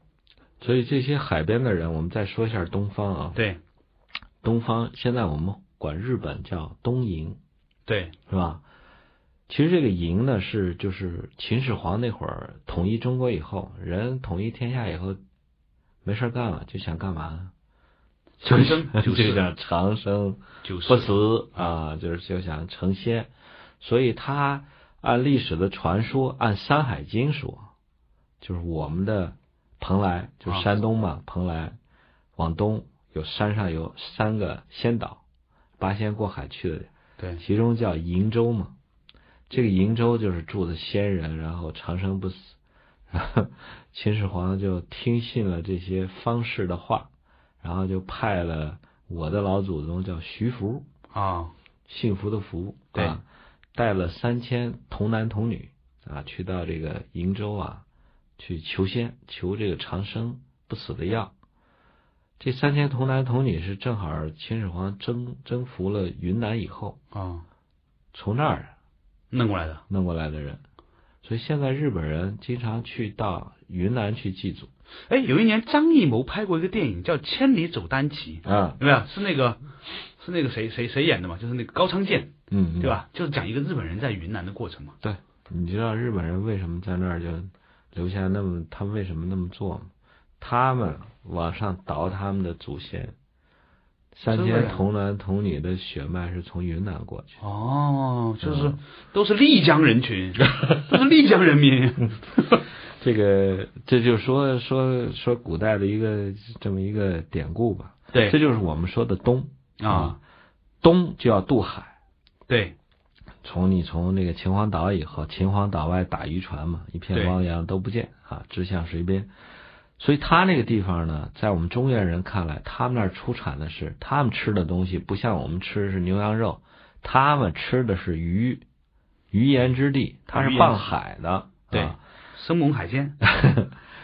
[SPEAKER 2] 所以这些海边的人，我们再说一下东方啊，
[SPEAKER 1] 对
[SPEAKER 2] 东方现在我们管日本叫东瀛，
[SPEAKER 1] 对，
[SPEAKER 2] 是吧？其实这个瀛呢，是就是秦始皇那会儿统一中国以后，人统一天下以后，没事儿干了就想干嘛呢？
[SPEAKER 1] 长生
[SPEAKER 2] 就
[SPEAKER 1] 久世
[SPEAKER 2] 就想长生
[SPEAKER 1] 就是
[SPEAKER 2] 不死啊，就是就想成仙。所以他按历史的传说，按《山海经》说，就是我们的蓬莱，就是
[SPEAKER 1] 啊
[SPEAKER 2] 山东嘛，蓬莱往东有山上有三个仙岛，八仙过海去的
[SPEAKER 1] 对
[SPEAKER 2] 其中叫瀛州嘛，这个瀛州就是住的仙人，然后长生不死。 然后秦始皇就听信了这些方士的话，然后就派了我的老祖宗叫徐福，
[SPEAKER 1] 啊，
[SPEAKER 2] 幸福的福，
[SPEAKER 1] 对
[SPEAKER 2] 啊，带了三千童男童女啊，去到这个瀛州啊，去求仙，求这个长生不死的药。这三千童男童女是正好秦始皇征征服了云南以后，
[SPEAKER 1] 哦，
[SPEAKER 2] 从那儿
[SPEAKER 1] 弄过来的。
[SPEAKER 2] 弄过来的人，所以现在日本人经常去到云南去祭祖
[SPEAKER 1] 哎，有一年张艺谋拍过一个电影叫《千里走单骑》，
[SPEAKER 2] 啊，
[SPEAKER 1] 有没有？是那个是那个谁谁谁演的嘛？就是那个高仓健，
[SPEAKER 2] 嗯，嗯嗯
[SPEAKER 1] 对？吧？就是讲一个日本人在云南的过程嘛。
[SPEAKER 2] 对，你知道日本人为什么在那儿就留下那么，他们为什么那么做吗？他们往上倒他们的祖先，三
[SPEAKER 1] 真的
[SPEAKER 2] 千
[SPEAKER 1] 呀
[SPEAKER 2] 童男童女的血脉是从云南过去，
[SPEAKER 1] 哦，就是
[SPEAKER 2] 嗯
[SPEAKER 1] 都是丽江人 群，都是丽江人
[SPEAKER 2] 嗯
[SPEAKER 1] 民。
[SPEAKER 2] 这个这就说说说古代的一个这么一个典故吧，这
[SPEAKER 1] 对
[SPEAKER 2] 就是我们说的东
[SPEAKER 1] 啊，，
[SPEAKER 2] 东就要渡海。
[SPEAKER 1] 对
[SPEAKER 2] 从你从那个秦皇岛以后，秦皇岛外打渔船嘛，一片
[SPEAKER 1] 对
[SPEAKER 2] 汪洋都不见啊，直向水边。所以他那个地方呢，在我们中原人看来，他们那儿出产的是他们吃的东西，不像我们吃的是牛羊肉，他们吃的是鱼，鱼盐之地，它
[SPEAKER 1] 鱼
[SPEAKER 2] 是
[SPEAKER 1] 盐
[SPEAKER 2] 傍海的。
[SPEAKER 1] 对
[SPEAKER 2] 啊
[SPEAKER 1] 生猛海鲜，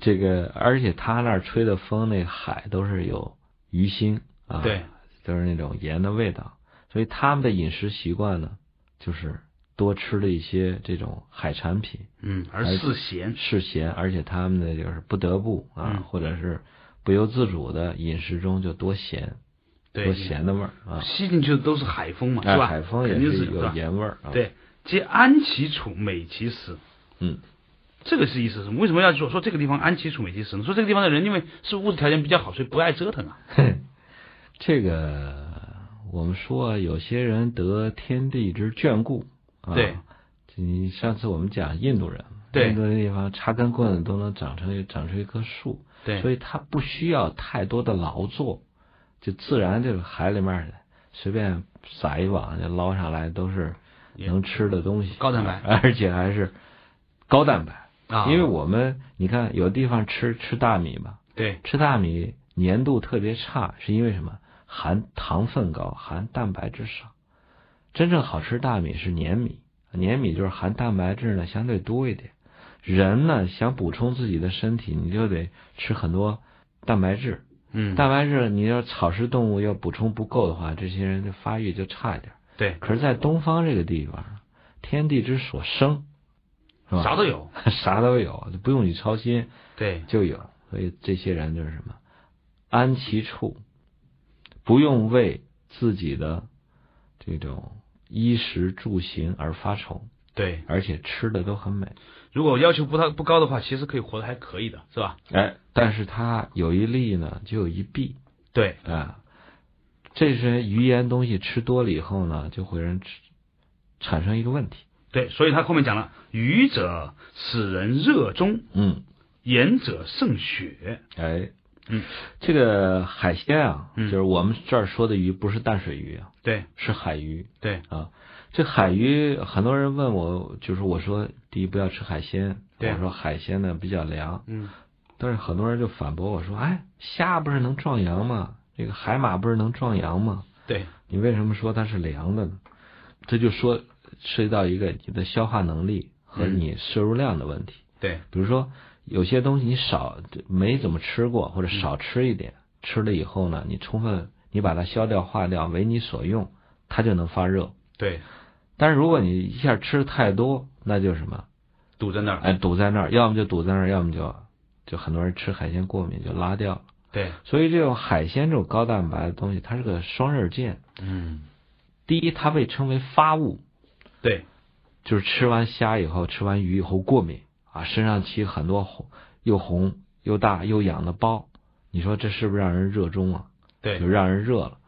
[SPEAKER 2] 这个而且他那儿吹的风，那海都是有鱼腥啊，
[SPEAKER 1] 对，
[SPEAKER 2] 都是那种盐的味道，所以他们的饮食习惯呢，就是多吃了一些这种海产品，
[SPEAKER 1] 嗯，而
[SPEAKER 2] 而
[SPEAKER 1] 嗜咸，
[SPEAKER 2] 嗜咸，而且他们呢就是不得不啊，
[SPEAKER 1] 嗯
[SPEAKER 2] 或者是不由自主的饮食中就多咸，
[SPEAKER 1] 对
[SPEAKER 2] 多，咸的味儿啊，
[SPEAKER 1] 吸进去的都是海风嘛，
[SPEAKER 2] 哎
[SPEAKER 1] 是吧？
[SPEAKER 2] 海风也
[SPEAKER 1] 肯定是
[SPEAKER 2] 有
[SPEAKER 1] 吧
[SPEAKER 2] 盐味儿啊，，
[SPEAKER 1] 对，皆安其处，美其食。
[SPEAKER 2] 嗯，
[SPEAKER 1] 这个是意思是什么？为什么要说说这个地方安其处，美其食呢？说这个地方的人因为是物质条件比较好，所以不爱折腾啊。
[SPEAKER 2] 这个我们说有些人得天地之眷顾啊，
[SPEAKER 1] 对，
[SPEAKER 2] 你上次我们讲印度人，
[SPEAKER 1] 对
[SPEAKER 2] 那么多地方插根棍都能长成长出一棵树，
[SPEAKER 1] 对，
[SPEAKER 2] 所以它不需要太多的劳作，就自然这个海里面随便撒一网就捞上来都是
[SPEAKER 1] 也
[SPEAKER 2] 能吃的东西，
[SPEAKER 1] 高蛋白，
[SPEAKER 2] 而且还是高蛋白。
[SPEAKER 1] 啊，
[SPEAKER 2] 因为我们你看有地方吃吃大米吧，
[SPEAKER 1] 对
[SPEAKER 2] 吃大米粘度特别差，是因为什么？含糖分高，含蛋白质少。真正好吃大米是粘米，粘米就是含蛋白质呢相对多一点。人呢想补充自己的身体，你就得吃很多蛋白质。
[SPEAKER 1] 嗯，
[SPEAKER 2] 蛋白质你要草食动物要补充不够的话，这些人的发育就差一点。
[SPEAKER 1] 对，
[SPEAKER 2] 可是，在东方这个地方，天地之所生，是吧？
[SPEAKER 1] 啥都有，
[SPEAKER 2] 啥都有，就不用你操心
[SPEAKER 1] 对
[SPEAKER 2] 就有。所以这些人就是什么，安其处，不用为自己的这种衣食住行而发愁，
[SPEAKER 1] 对。
[SPEAKER 2] 而且吃的都很美。
[SPEAKER 1] 如果要求不太不高的话，其实可以活得还可以的，是吧？
[SPEAKER 2] 哎，但是它有一利呢，就有一弊
[SPEAKER 1] 对，
[SPEAKER 2] 啊。这些鱼盐东西吃多了以后呢，就会人吃产生一个问题，
[SPEAKER 1] 对，所以他后面讲了，愚者使人热衷，
[SPEAKER 2] 嗯，
[SPEAKER 1] 言者胜血。
[SPEAKER 2] 哎，
[SPEAKER 1] 嗯，
[SPEAKER 2] 这个海鲜啊，
[SPEAKER 1] 嗯
[SPEAKER 2] 就是我们这儿说的鱼，不是淡水鱼啊，
[SPEAKER 1] 对
[SPEAKER 2] 是海鱼
[SPEAKER 1] 对
[SPEAKER 2] 啊。这海鱼，很多人问我，就是我说，第一不要吃海鲜，
[SPEAKER 1] 对啊
[SPEAKER 2] 我说海鲜呢比较凉，
[SPEAKER 1] 嗯，
[SPEAKER 2] 但是很多人就反驳我说，哎，虾不是能壮阳吗？这个海马不是能壮阳吗？
[SPEAKER 1] 对
[SPEAKER 2] 你为什么说它是凉的呢？这就说涉及到一个你的消化能力和
[SPEAKER 1] 嗯
[SPEAKER 2] 你摄入量的问题。
[SPEAKER 1] 对
[SPEAKER 2] 比如说有些东西你少没怎么吃过，或者
[SPEAKER 1] 嗯
[SPEAKER 2] 少吃一点，吃了以后呢，你充分你把它消掉化掉，为你所用，它就能发热。
[SPEAKER 1] 对，
[SPEAKER 2] 但是如果你一下吃太多，那就是什么？
[SPEAKER 1] 堵在那儿。
[SPEAKER 2] 哎，堵在那儿，要么就堵在那儿，要么就就很多人吃海鲜过敏就拉掉了。
[SPEAKER 1] 对，
[SPEAKER 2] 所以这种海鲜这种高蛋白的东西，它是个双刃剑。
[SPEAKER 1] 嗯，
[SPEAKER 2] 第一，它被称为发物，
[SPEAKER 1] 对
[SPEAKER 2] 就是吃完虾以后，吃完鱼以后过敏啊，身上起很多红又红又大又痒的包，你说这是不是让人热衷啊？
[SPEAKER 1] 对
[SPEAKER 2] 就让人热了。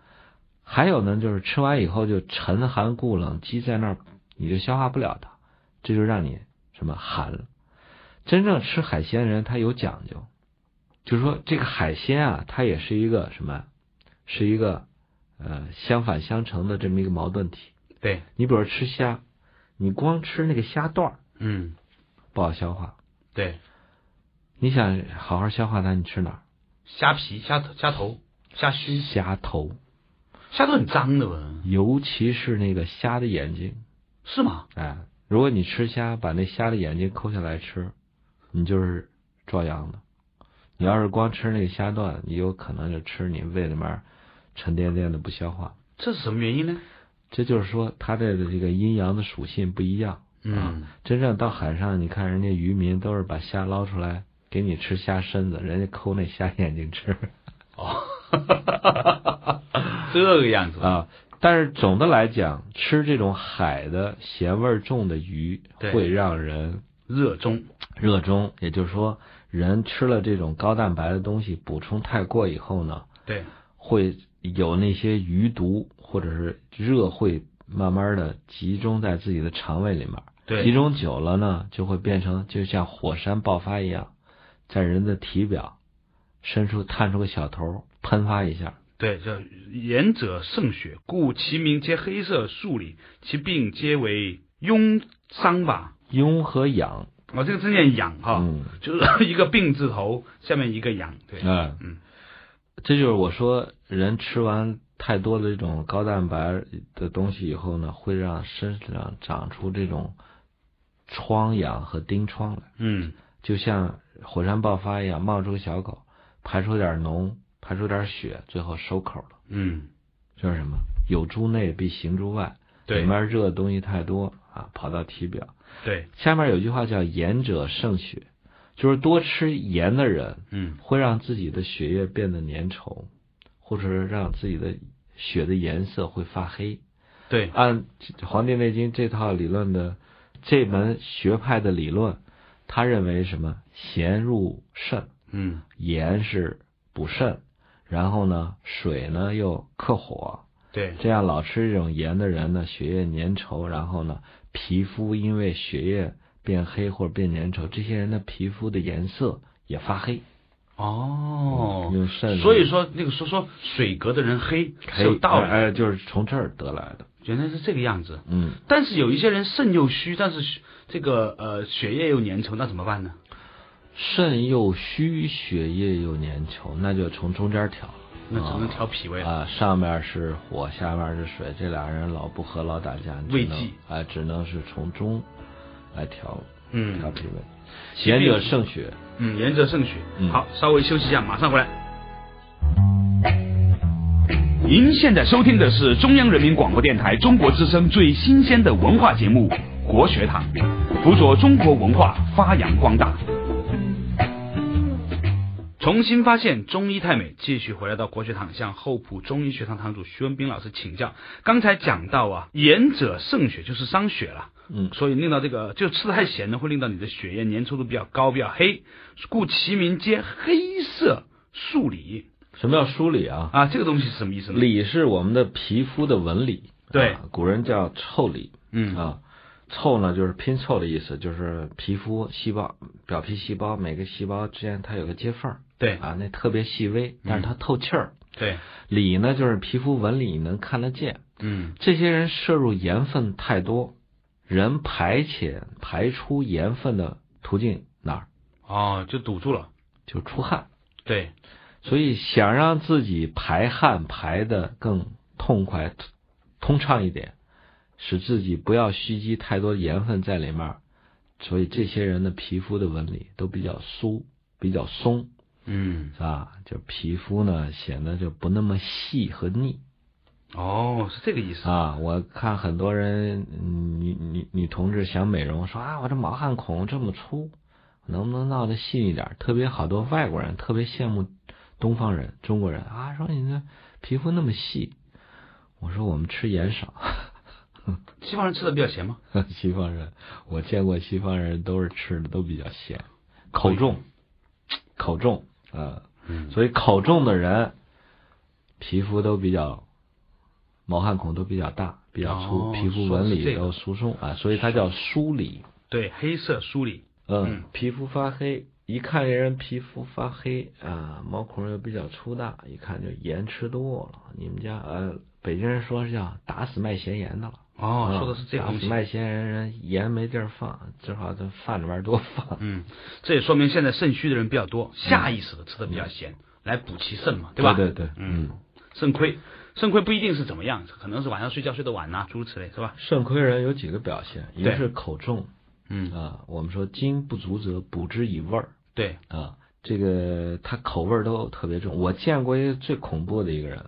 [SPEAKER 2] 还有呢，就是吃完以后就沉寒固冷积在那儿，你就消化不了它，这就让你什么寒了。真正吃海鲜的人他有讲究，就是说这个海鲜啊，它也是一个什么，是一个呃相反相成的这么一个矛盾体。
[SPEAKER 1] 对，
[SPEAKER 2] 你比如吃虾，你光吃那个虾段儿
[SPEAKER 1] 嗯，
[SPEAKER 2] 不好消化，
[SPEAKER 1] 对，
[SPEAKER 2] 你想好好消化它，你吃哪儿？
[SPEAKER 1] 虾皮、虾头虾头、虾须，
[SPEAKER 2] 虾头，
[SPEAKER 1] 虾头很脏的吧？
[SPEAKER 2] 尤其是那个虾的眼睛，
[SPEAKER 1] 是吗？
[SPEAKER 2] 哎，如果你吃虾，把那虾的眼睛抠下来吃，你就是壮阳的。你要是光吃那个虾段，你有可能就吃你胃里面沉甸甸的不消化。
[SPEAKER 1] 这是什么原因呢？
[SPEAKER 2] 这就是说，它的这个阴阳的属性不一样。
[SPEAKER 1] 嗯，
[SPEAKER 2] 真正到海上，你看人家渔民都是把虾捞出来给你吃虾身子，人家抠那虾眼睛吃
[SPEAKER 1] 哦，这个样子。
[SPEAKER 2] 啊。但是总的来讲，吃这种海的咸味儿重的鱼，
[SPEAKER 1] 对
[SPEAKER 2] 会让人
[SPEAKER 1] 热衷，
[SPEAKER 2] 热衷。也就是说，人吃了这种高蛋白的东西，补充太过以后呢，
[SPEAKER 1] 对
[SPEAKER 2] 会有那些鱼毒或者是热会慢慢的集中在自己的肠胃里面。集
[SPEAKER 1] 对
[SPEAKER 2] 中久了呢，就会变成就像火山爆发一样，在人的体表伸出探出个小头儿，喷发一下。
[SPEAKER 1] 对，叫言者胜血，故其名皆黑色素里，其病皆为痈伤吧。
[SPEAKER 2] 痈和痒，
[SPEAKER 1] 哦，这个字念痒哈，
[SPEAKER 2] 嗯，
[SPEAKER 1] 就是一个病字头下面一个痒，对，
[SPEAKER 2] 哎，
[SPEAKER 1] 嗯，
[SPEAKER 2] 这就是我说人吃完太多的这种高蛋白的东西以后呢，会让身上长出这种疮疡和疔疮来，
[SPEAKER 1] 嗯，
[SPEAKER 2] 就像火山爆发一样，冒出个小口，排出点脓，排出点血，最后收口了。
[SPEAKER 1] 嗯，
[SPEAKER 2] 这是什么？有诸内必行诸外。
[SPEAKER 1] 对
[SPEAKER 2] 里，面热的东西太多啊，跑到体表。
[SPEAKER 1] 对，
[SPEAKER 2] 下面有句话叫“盐者胜血”，就是多吃盐的人
[SPEAKER 1] 嗯，
[SPEAKER 2] 会让自己的血液变得粘稠，或者是让自己的血的颜色会发黑。
[SPEAKER 1] 对，
[SPEAKER 2] 按《黄帝内经》这套理论的这门学派的理论，他认为什么？咸入肾，
[SPEAKER 1] 嗯，
[SPEAKER 2] 盐是补肾，然后呢，水呢又克火，
[SPEAKER 1] 对，
[SPEAKER 2] 这样老吃这种盐的人呢，血液粘稠，然后呢，皮肤因为血液变黑或者变粘稠，这些人的皮肤的颜色也发黑。
[SPEAKER 1] 哦，
[SPEAKER 2] 用肾
[SPEAKER 1] 所以说那个说说水格的人黑是
[SPEAKER 2] 黑
[SPEAKER 1] 有道理，
[SPEAKER 2] 哎、哎就是从这儿得来的。
[SPEAKER 1] 原来是这个样子。
[SPEAKER 2] 嗯，
[SPEAKER 1] 但是有一些人肾又虚，但是这个呃血液又粘稠，那怎么办呢？
[SPEAKER 2] 肾又虚，血液又粘稠，那就从中间调。
[SPEAKER 1] 那只能调脾胃了。
[SPEAKER 2] 啊，上面是火，下面是水，这俩人老不和，老打架，你只
[SPEAKER 1] 胃
[SPEAKER 2] 能
[SPEAKER 1] 忌
[SPEAKER 2] 啊，只能是从中来调
[SPEAKER 1] 嗯
[SPEAKER 2] 调脾胃，
[SPEAKER 1] 其
[SPEAKER 2] 沿
[SPEAKER 1] 病
[SPEAKER 2] 着肾血。
[SPEAKER 1] 嗯，沿着肾血。
[SPEAKER 2] 嗯
[SPEAKER 1] 好，稍微休息一下，马上回来。您现在收听的是中央人民广播电台中国之声最新鲜的文化节目《国学堂》，辅佐中国文化发扬光大。重新发现中医太美，继续回来到国学堂，向厚朴中医学堂堂主徐文斌老师请教。刚才讲到啊，盐者肾血就是伤血了。
[SPEAKER 2] 嗯，
[SPEAKER 1] 所以令到这个就吃太咸呢，会令到你的血液粘稠度比较高，比较黑，故其名皆黑色素里
[SPEAKER 2] 什么叫梳理啊？
[SPEAKER 1] 啊。这个东西是什么意思呢？
[SPEAKER 2] 理是我们的皮肤的纹理，
[SPEAKER 1] 对
[SPEAKER 2] 啊古人叫腠理
[SPEAKER 1] 嗯
[SPEAKER 2] 啊。凑呢，就是拼凑的意思，就是皮肤细胞、表皮细胞每个细胞之间它有个接缝儿
[SPEAKER 1] 对
[SPEAKER 2] 啊，那特别细微，但是它透气儿。
[SPEAKER 1] 对，
[SPEAKER 2] 理呢，就是皮肤纹理你能看得见，
[SPEAKER 1] 嗯
[SPEAKER 2] 这些人摄入盐分太多，人排遣排出盐分的途径哪儿？
[SPEAKER 1] 哦，就堵住了。
[SPEAKER 2] 就出汗。
[SPEAKER 1] 对，
[SPEAKER 2] 所以想让自己排汗排的更痛快、通通畅一点，使自己不要蓄积太多盐分在里面儿，所以这些人的皮肤的纹理都比较酥、比较松，
[SPEAKER 1] 嗯
[SPEAKER 2] 是吧？就皮肤呢显得就不那么细和腻。
[SPEAKER 1] 哦，是这个意思。
[SPEAKER 2] 啊，我看很多人，嗯女女女同志想美容，说啊，我这毛汗孔这么粗，能不能闹得细一点儿？特别好多外国人特别羡慕东方人、中国人啊，说你这皮肤那么细。我说我们吃盐少，
[SPEAKER 1] 西方人吃的比较咸吗？
[SPEAKER 2] 西方人我见过西方人都是吃的都比较咸，口重，口重啊、
[SPEAKER 1] 嗯
[SPEAKER 2] 所以口重的人皮肤都比较毛汗孔都比较大，比较粗，
[SPEAKER 1] 哦
[SPEAKER 2] 皮肤
[SPEAKER 1] 说的
[SPEAKER 2] 纹
[SPEAKER 1] 是
[SPEAKER 2] 理
[SPEAKER 1] 这个
[SPEAKER 2] 都疏松啊，所以它叫疏理。
[SPEAKER 1] 对，黑色梳理。
[SPEAKER 2] 嗯，皮肤发黑，一看人皮肤发黑啊，毛孔又比较粗大，一看就盐吃多了。你们家呃，北京人说是叫打死卖咸盐的了。
[SPEAKER 1] 哦
[SPEAKER 2] 嗯，
[SPEAKER 1] 说的是这个
[SPEAKER 2] 打
[SPEAKER 1] 东
[SPEAKER 2] 死
[SPEAKER 1] 西。
[SPEAKER 2] 卖咸盐人盐没地儿放，只好在饭里面多放。
[SPEAKER 1] 嗯，这也说明现在肾虚的人比较多，下意识的吃的比较咸，来补其肾嘛，吧？
[SPEAKER 2] 嗯对对，
[SPEAKER 1] 嗯，肾亏，肾亏不一定是怎么样，可能是晚上睡觉睡得晚呐、诸如此类，是吧？
[SPEAKER 2] 肾亏人有几个表现，一
[SPEAKER 1] 对
[SPEAKER 2] 个是口重
[SPEAKER 1] 嗯，
[SPEAKER 2] 啊，我们说津不足则补之以味儿。
[SPEAKER 1] 对，
[SPEAKER 2] 啊，这个他口味儿都特别重。我见过一个最恐怖的一个人，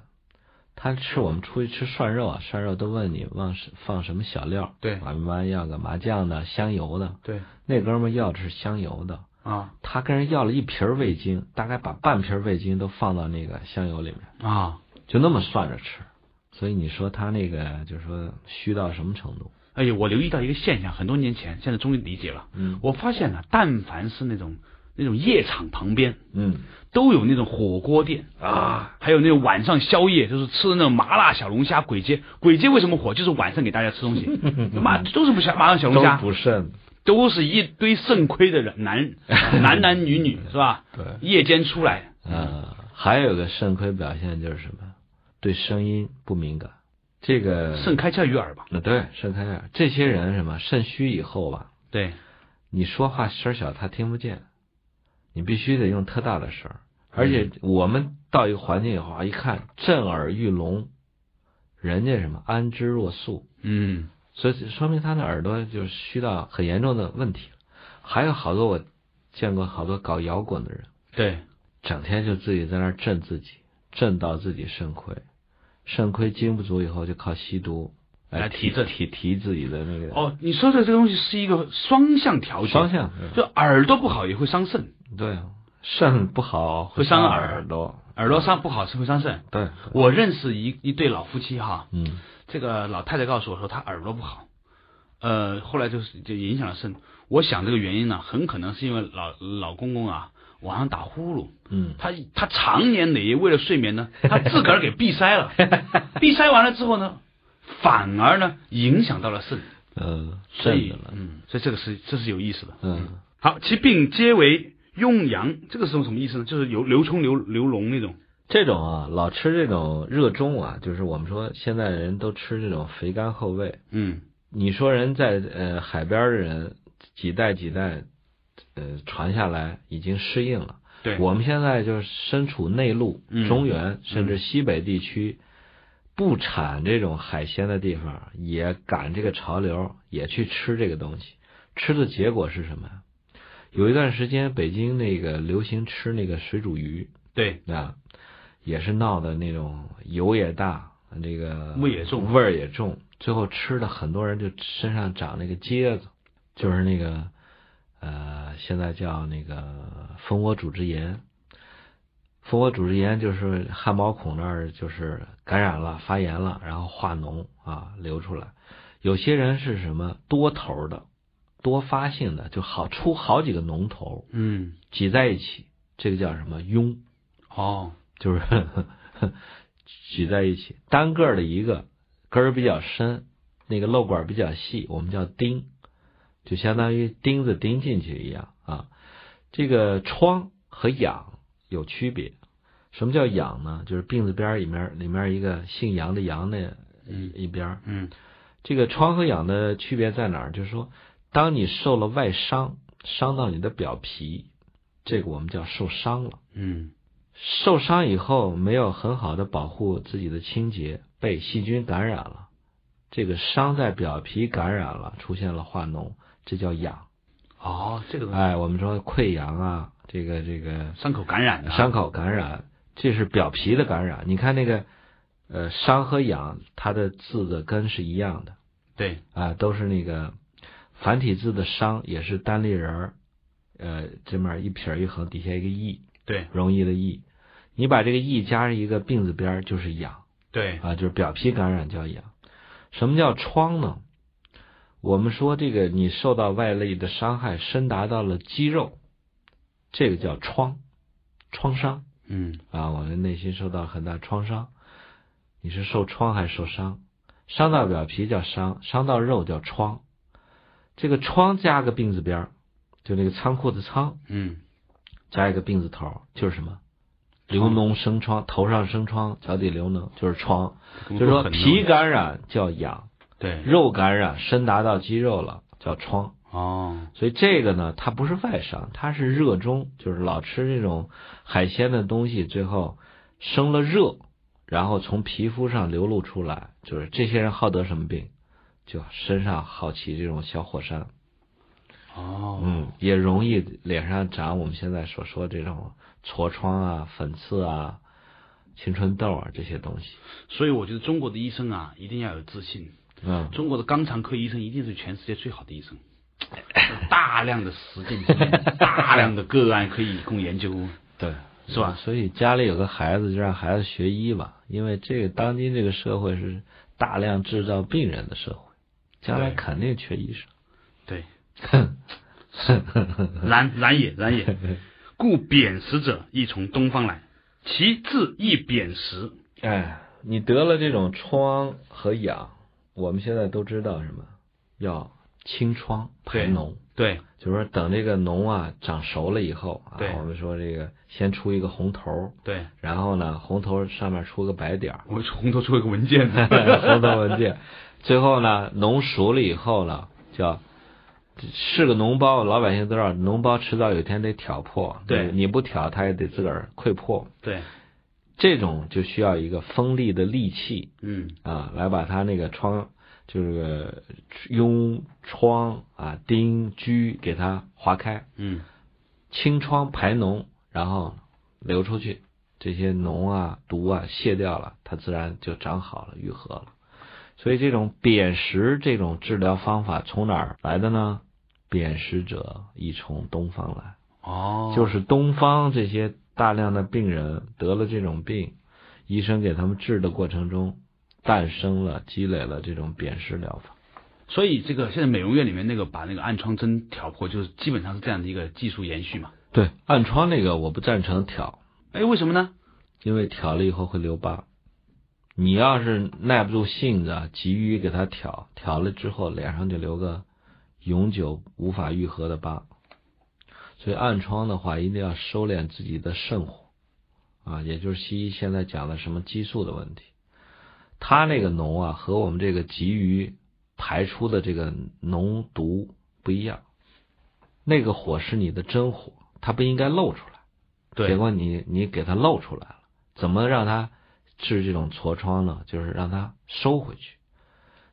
[SPEAKER 2] 他吃我们出去吃涮肉啊，涮肉都问你放什放什么小料，
[SPEAKER 1] 对
[SPEAKER 2] 我们要个麻酱的、香油的。
[SPEAKER 1] 对，
[SPEAKER 2] 那哥们儿要的是香油的，
[SPEAKER 1] 啊
[SPEAKER 2] 他跟人要了一瓶儿味精，大概把半瓶儿味精都放到那个香油里面，
[SPEAKER 1] 啊，
[SPEAKER 2] 就那么涮着吃。所以你说他那个就是说虚到什么程度？
[SPEAKER 1] 哎呦，我留意到一个现象，很多年前，现在终于理解了。
[SPEAKER 2] 嗯
[SPEAKER 1] 我发现了，但凡是那种那种夜场旁边，
[SPEAKER 2] 嗯
[SPEAKER 1] 都有那种火锅店，
[SPEAKER 2] 啊，
[SPEAKER 1] 还有那种晚上宵夜，就是吃那种麻辣小龙虾、鬼街。鬼街为什么火？就是晚上给大家吃东西， 妈都是不小麻辣小
[SPEAKER 2] 都
[SPEAKER 1] 龙虾，
[SPEAKER 2] 补肾，
[SPEAKER 1] 都是一堆肾亏的人， 男男男女女是吧？
[SPEAKER 2] 对。
[SPEAKER 1] 夜间出来，
[SPEAKER 2] 呃，还有个肾亏表现就是什么？对声音不敏感。这个
[SPEAKER 1] 肾开窍于耳吧？
[SPEAKER 2] 呃对肾开眼，这些人什么肾虚以后吧，
[SPEAKER 1] 对，
[SPEAKER 2] 你说话声儿小他听不见，你必须得用特大的声儿。而且我们到一个环境以后啊，一看震耳欲聋，人家什么安之若素，
[SPEAKER 1] 嗯，
[SPEAKER 2] 所以说明他的耳朵就是虚到很严重的问题了。还有好多我见过好多搞摇滚的人。
[SPEAKER 1] 对，
[SPEAKER 2] 整天就自己在那儿震自己，震到自己肾亏，肾亏经不足以后就靠吸毒
[SPEAKER 1] 来提
[SPEAKER 2] 提
[SPEAKER 1] 振
[SPEAKER 2] 提提自己的那个
[SPEAKER 1] 哦，你说的这个东西是一个双向调节，嗯
[SPEAKER 2] 方向。
[SPEAKER 1] 就耳朵不好也会伤肾，
[SPEAKER 2] 对啊，肾不好
[SPEAKER 1] 会伤耳
[SPEAKER 2] 耳朵。
[SPEAKER 1] 耳朵伤不好是会伤肾。
[SPEAKER 2] 对，
[SPEAKER 1] 我认识一一对老夫妻哈，
[SPEAKER 2] 嗯，
[SPEAKER 1] 这个老太太告诉我说她耳朵不好，呃，后来就是就影响了肾。我想这个原因呢，很可能是因为老老公公啊晚上打呼噜，
[SPEAKER 2] 嗯，
[SPEAKER 1] 他他常年累月为了睡眠呢，他自个儿 给闭塞了，闭塞完了之后呢，反而呢影响到了肾，
[SPEAKER 2] 嗯，
[SPEAKER 1] 所
[SPEAKER 2] 正
[SPEAKER 1] 以
[SPEAKER 2] 的了，
[SPEAKER 1] 嗯，所以这个是这是有意思的。
[SPEAKER 2] 嗯，
[SPEAKER 1] 好，其病皆为用阳，这个是什么意思呢？就是流流冲流流脓那种。
[SPEAKER 2] 这种啊，老吃这种热衷啊，就是我们说现在人都吃这种肥甘厚味。
[SPEAKER 1] 嗯，
[SPEAKER 2] 你说人在呃海边的人几代几代呃传下来已经适应了。
[SPEAKER 1] 对，
[SPEAKER 2] 我们现在就是身处内陆、
[SPEAKER 1] 嗯
[SPEAKER 2] 中原甚至西北地区，不产这种海鲜的地方，也赶这个潮流，也去吃这个东西。吃的结果是什么呀？有一段时间，北京那个流行吃那个水煮鱼
[SPEAKER 1] 对
[SPEAKER 2] 啊，也是闹的那种油也大，那个
[SPEAKER 1] 味也重
[SPEAKER 2] 味儿也重，最后吃的很多人就身上长那个疖子，就是那个呃，现在叫那个蜂窝组织炎。蜂窝组织炎就是汗毛孔那儿就是感染了、发炎了，然后化脓啊流出来。有些人是什么多头的、多发性的，就好出好几个脓头
[SPEAKER 1] 嗯，
[SPEAKER 2] 挤在一起，这个叫什么痈？
[SPEAKER 1] 哦，
[SPEAKER 2] 就是 举在一起，单个儿的一个根儿比较深，那个漏管儿比较细，我们叫钉，就相当于钉子钉进去一样啊。这个疮和痒有区别。什么叫痒呢？就是病字边儿里面里面一个姓杨的杨的
[SPEAKER 1] 嗯
[SPEAKER 2] 一边儿。
[SPEAKER 1] 嗯
[SPEAKER 2] 这个疮和痒的区别在哪儿？就是说，当你受了外伤，伤到你的表皮，这个我们叫受伤了。
[SPEAKER 1] 嗯
[SPEAKER 2] 受伤以后没有很好的保护自己的清洁，被细菌感染了，这个伤在表皮感染了，出现了化脓，这叫痒。
[SPEAKER 1] 哦，这个东西
[SPEAKER 2] 哎，我们说溃疡啊，这个这个
[SPEAKER 1] 伤口感染的啊
[SPEAKER 2] 伤口感染，这是表皮的感染。你看那个呃伤和痒，它的字的根是一样的
[SPEAKER 1] 对，
[SPEAKER 2] 啊，都是那个繁体字的伤，也是单立人儿，呃，这面一撇儿一横，底下一个 E 义。
[SPEAKER 1] 对
[SPEAKER 2] 容易的易，你把这个易加上一个病字边儿就是痒
[SPEAKER 1] 对，
[SPEAKER 2] 啊，就是表皮感染叫痒。什么叫疮呢？我们说这个你受到外力的伤害，深达到了肌肉，这个叫疮，创伤
[SPEAKER 1] 嗯
[SPEAKER 2] 啊，我们内心受到很大创伤，你是受创还是受伤？伤到表皮叫伤，伤到肉叫疮。这个疮加个病字边儿，就那个仓库的仓，
[SPEAKER 1] 嗯
[SPEAKER 2] 加一个病字头儿，就是什么流脓生疮，头上生疮，脚底流脓就是疮。就是说皮感染叫痒，
[SPEAKER 1] 对
[SPEAKER 2] 肉感染深达到肌肉了叫疮。
[SPEAKER 1] 哦，
[SPEAKER 2] 所以这个呢，它不是外伤，它是热中，就是老吃这种海鲜的东西，最后生了热，然后从皮肤上流露出来，就是这些人好得什么病，就身上好起这种小火山。
[SPEAKER 1] 哦，
[SPEAKER 2] 嗯，也容易脸上长我们现在所说这种痤疮啊、粉刺啊、青春痘啊这些东西。
[SPEAKER 1] 所以我觉得中国的医生啊，一定要有自信。
[SPEAKER 2] 嗯，
[SPEAKER 1] 中国的肛肠科医生一定是全世界最好的 医生，有大量的实践经验，大量的个案可以供研究，
[SPEAKER 2] 对，嗯
[SPEAKER 1] 是吧？
[SPEAKER 2] 所以家里有个孩子，就让孩子学医吧，因为这个当今这个社会是大量制造病人的社会，将来
[SPEAKER 1] 对
[SPEAKER 2] 肯定缺医生。
[SPEAKER 1] 对，然然也然 也，故贬食者亦从东方来，其字亦贬食。
[SPEAKER 2] 哎，你得了这种疮和痒，我们现在都知道什么？要清疮排
[SPEAKER 1] 对
[SPEAKER 2] 脓。
[SPEAKER 1] 对
[SPEAKER 2] 就是说等这个脓啊长熟了以后啊
[SPEAKER 1] 对，
[SPEAKER 2] 我们说这个先出一个红头儿，
[SPEAKER 1] 对，，
[SPEAKER 2] 然后呢红头上面出个白点儿
[SPEAKER 1] 我红头出了个文件
[SPEAKER 2] 红头文件，最后呢脓熟了以后呢，叫是个脓包，老百姓都知道，脓包迟早有一天得挑破，
[SPEAKER 1] 对
[SPEAKER 2] 你不挑它也得自个儿溃破，
[SPEAKER 1] 对，
[SPEAKER 2] 这种就需要一个锋利的利器
[SPEAKER 1] 嗯
[SPEAKER 2] 啊，来把它那个疮。就是个痈疮啊、钉疽，给它划开。
[SPEAKER 1] 嗯
[SPEAKER 2] 清疮排脓，然后流出去，这些脓啊、毒啊卸掉了，它自然就长好了、愈合了。所以这种砭石这种治疗方法从哪儿来的呢？砭石者亦从东方来，
[SPEAKER 1] 哦，
[SPEAKER 2] 就是东方这些大量的病人得了这种病，医生给他们治的过程中，诞生了、积累了这种砭石疗法。
[SPEAKER 1] 所以这个现在美容院里面那个把那个暗疮针挑破，就是基本上是这样的一个技术延续嘛。
[SPEAKER 2] 对，暗疮那个我不赞成挑，
[SPEAKER 1] 哎，为什么呢？
[SPEAKER 2] 因为挑了以后会留疤，你要是耐不住性子啊，急于给它挑，挑了之后脸上就留个永久无法愈合的疤。所以暗疮的话，一定要收敛自己的肾火啊，也就是西医现在讲的什么激素的问题。它那个脓啊，和我们这个急于排出的这个脓毒不一样，那个火是你的真火，它不应该露出来。结
[SPEAKER 1] 对，
[SPEAKER 2] 果你你给它露出来了，怎么让它治这种痤疮呢？就是让它收回去。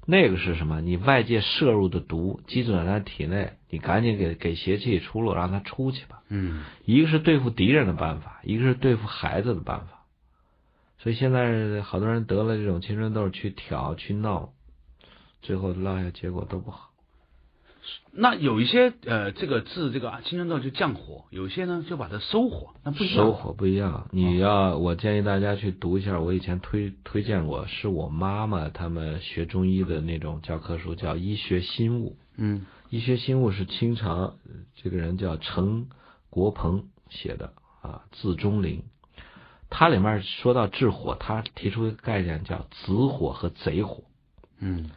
[SPEAKER 2] 那个是什么？你外界摄入的毒积攒在体内，你赶紧给给邪气出路，让它出去吧。
[SPEAKER 1] 嗯，
[SPEAKER 2] 一个是对付敌人的办法，一个是对付孩子的办法。所以现在好多人得了这种青春痘去挑去闹，最后落下结果都不好。
[SPEAKER 1] 那有一些呃，这个治这个青春痘就降火，有一些呢就把它收火，那不一样。哦
[SPEAKER 2] 收获不一样。你要，我建议大家去读一下，我以前推推荐过，是我妈妈他们学中医的那种教科书，叫《医学新物》。
[SPEAKER 1] 嗯
[SPEAKER 2] 医学新物是清朝呃这个人叫陈国鹏写的啊，字中林。它里面说到治火，他提出一个概念叫子火和贼火。
[SPEAKER 1] 嗯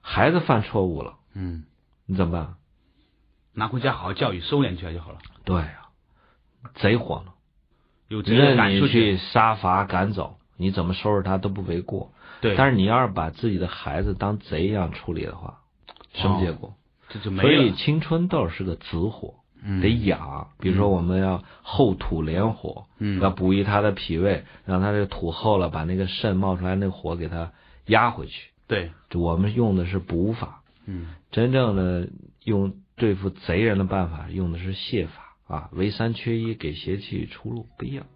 [SPEAKER 2] 孩子犯错误了，
[SPEAKER 1] 嗯，
[SPEAKER 2] 你怎么办？
[SPEAKER 1] 拿回家好好教育，收敛起来就好了。
[SPEAKER 2] 对呀、贼火呢，
[SPEAKER 1] 有责任
[SPEAKER 2] 任
[SPEAKER 1] 感出
[SPEAKER 2] 你去杀伐赶走，你怎么收拾他都不为过。
[SPEAKER 1] 对，
[SPEAKER 2] 但是你要是把自己的孩子当贼一样处理的话，什么结果？
[SPEAKER 1] 这哦就没
[SPEAKER 2] 所以
[SPEAKER 1] 了。
[SPEAKER 2] 青春痘是个子火，
[SPEAKER 1] 嗯
[SPEAKER 2] 得养。比如说我们要厚土连火，
[SPEAKER 1] 嗯
[SPEAKER 2] 要补益他的脾胃，让他这土厚了，把那个肾冒出来那火给它压回去。
[SPEAKER 1] 对，
[SPEAKER 2] 这我们用的是补法，
[SPEAKER 1] 嗯
[SPEAKER 2] 真正的用对付贼人的办法用的是泻法啊，为三缺一，给邪气出路，不一样。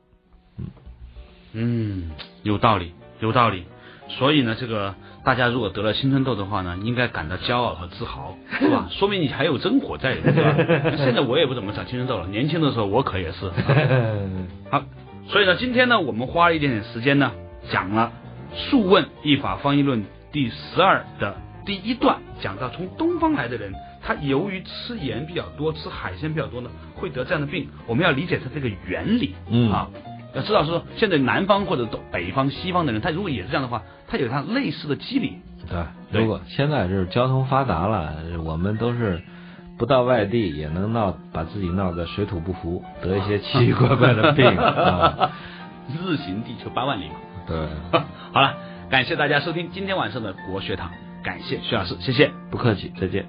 [SPEAKER 1] 嗯，有道理，有道理。所以呢，这个大家如果得了青春痘的话呢，应该感到骄傲和自豪，是 吧？说明你还有真火在里面，对吧？现在我也不怎么长青春痘了，年轻的时候我可也是。好，所以呢，今天呢，我们花了一点点时间呢，讲了《素问·一法方医论》第十二的第一段，讲到从东方来的人，他由于吃盐比较多，吃海鲜比较多呢，会得这样的病。我们要理解它这个原理，
[SPEAKER 2] 嗯
[SPEAKER 1] 啊，要知道说现在南方或者东北方、西方的人，他如果也是这样的话，他有他类似的机理。
[SPEAKER 2] 对，
[SPEAKER 1] 对
[SPEAKER 2] 如果现在就是交通发达了，我们都是不到外地也能闹，把自己闹得水土不服，得一些奇奇怪怪的 病啊。
[SPEAKER 1] 日行地球八万里嘛。
[SPEAKER 2] 对，
[SPEAKER 1] 好了，感谢大家收听今天晚上的国学堂，感谢徐老师，谢谢。
[SPEAKER 2] 不客气，再见。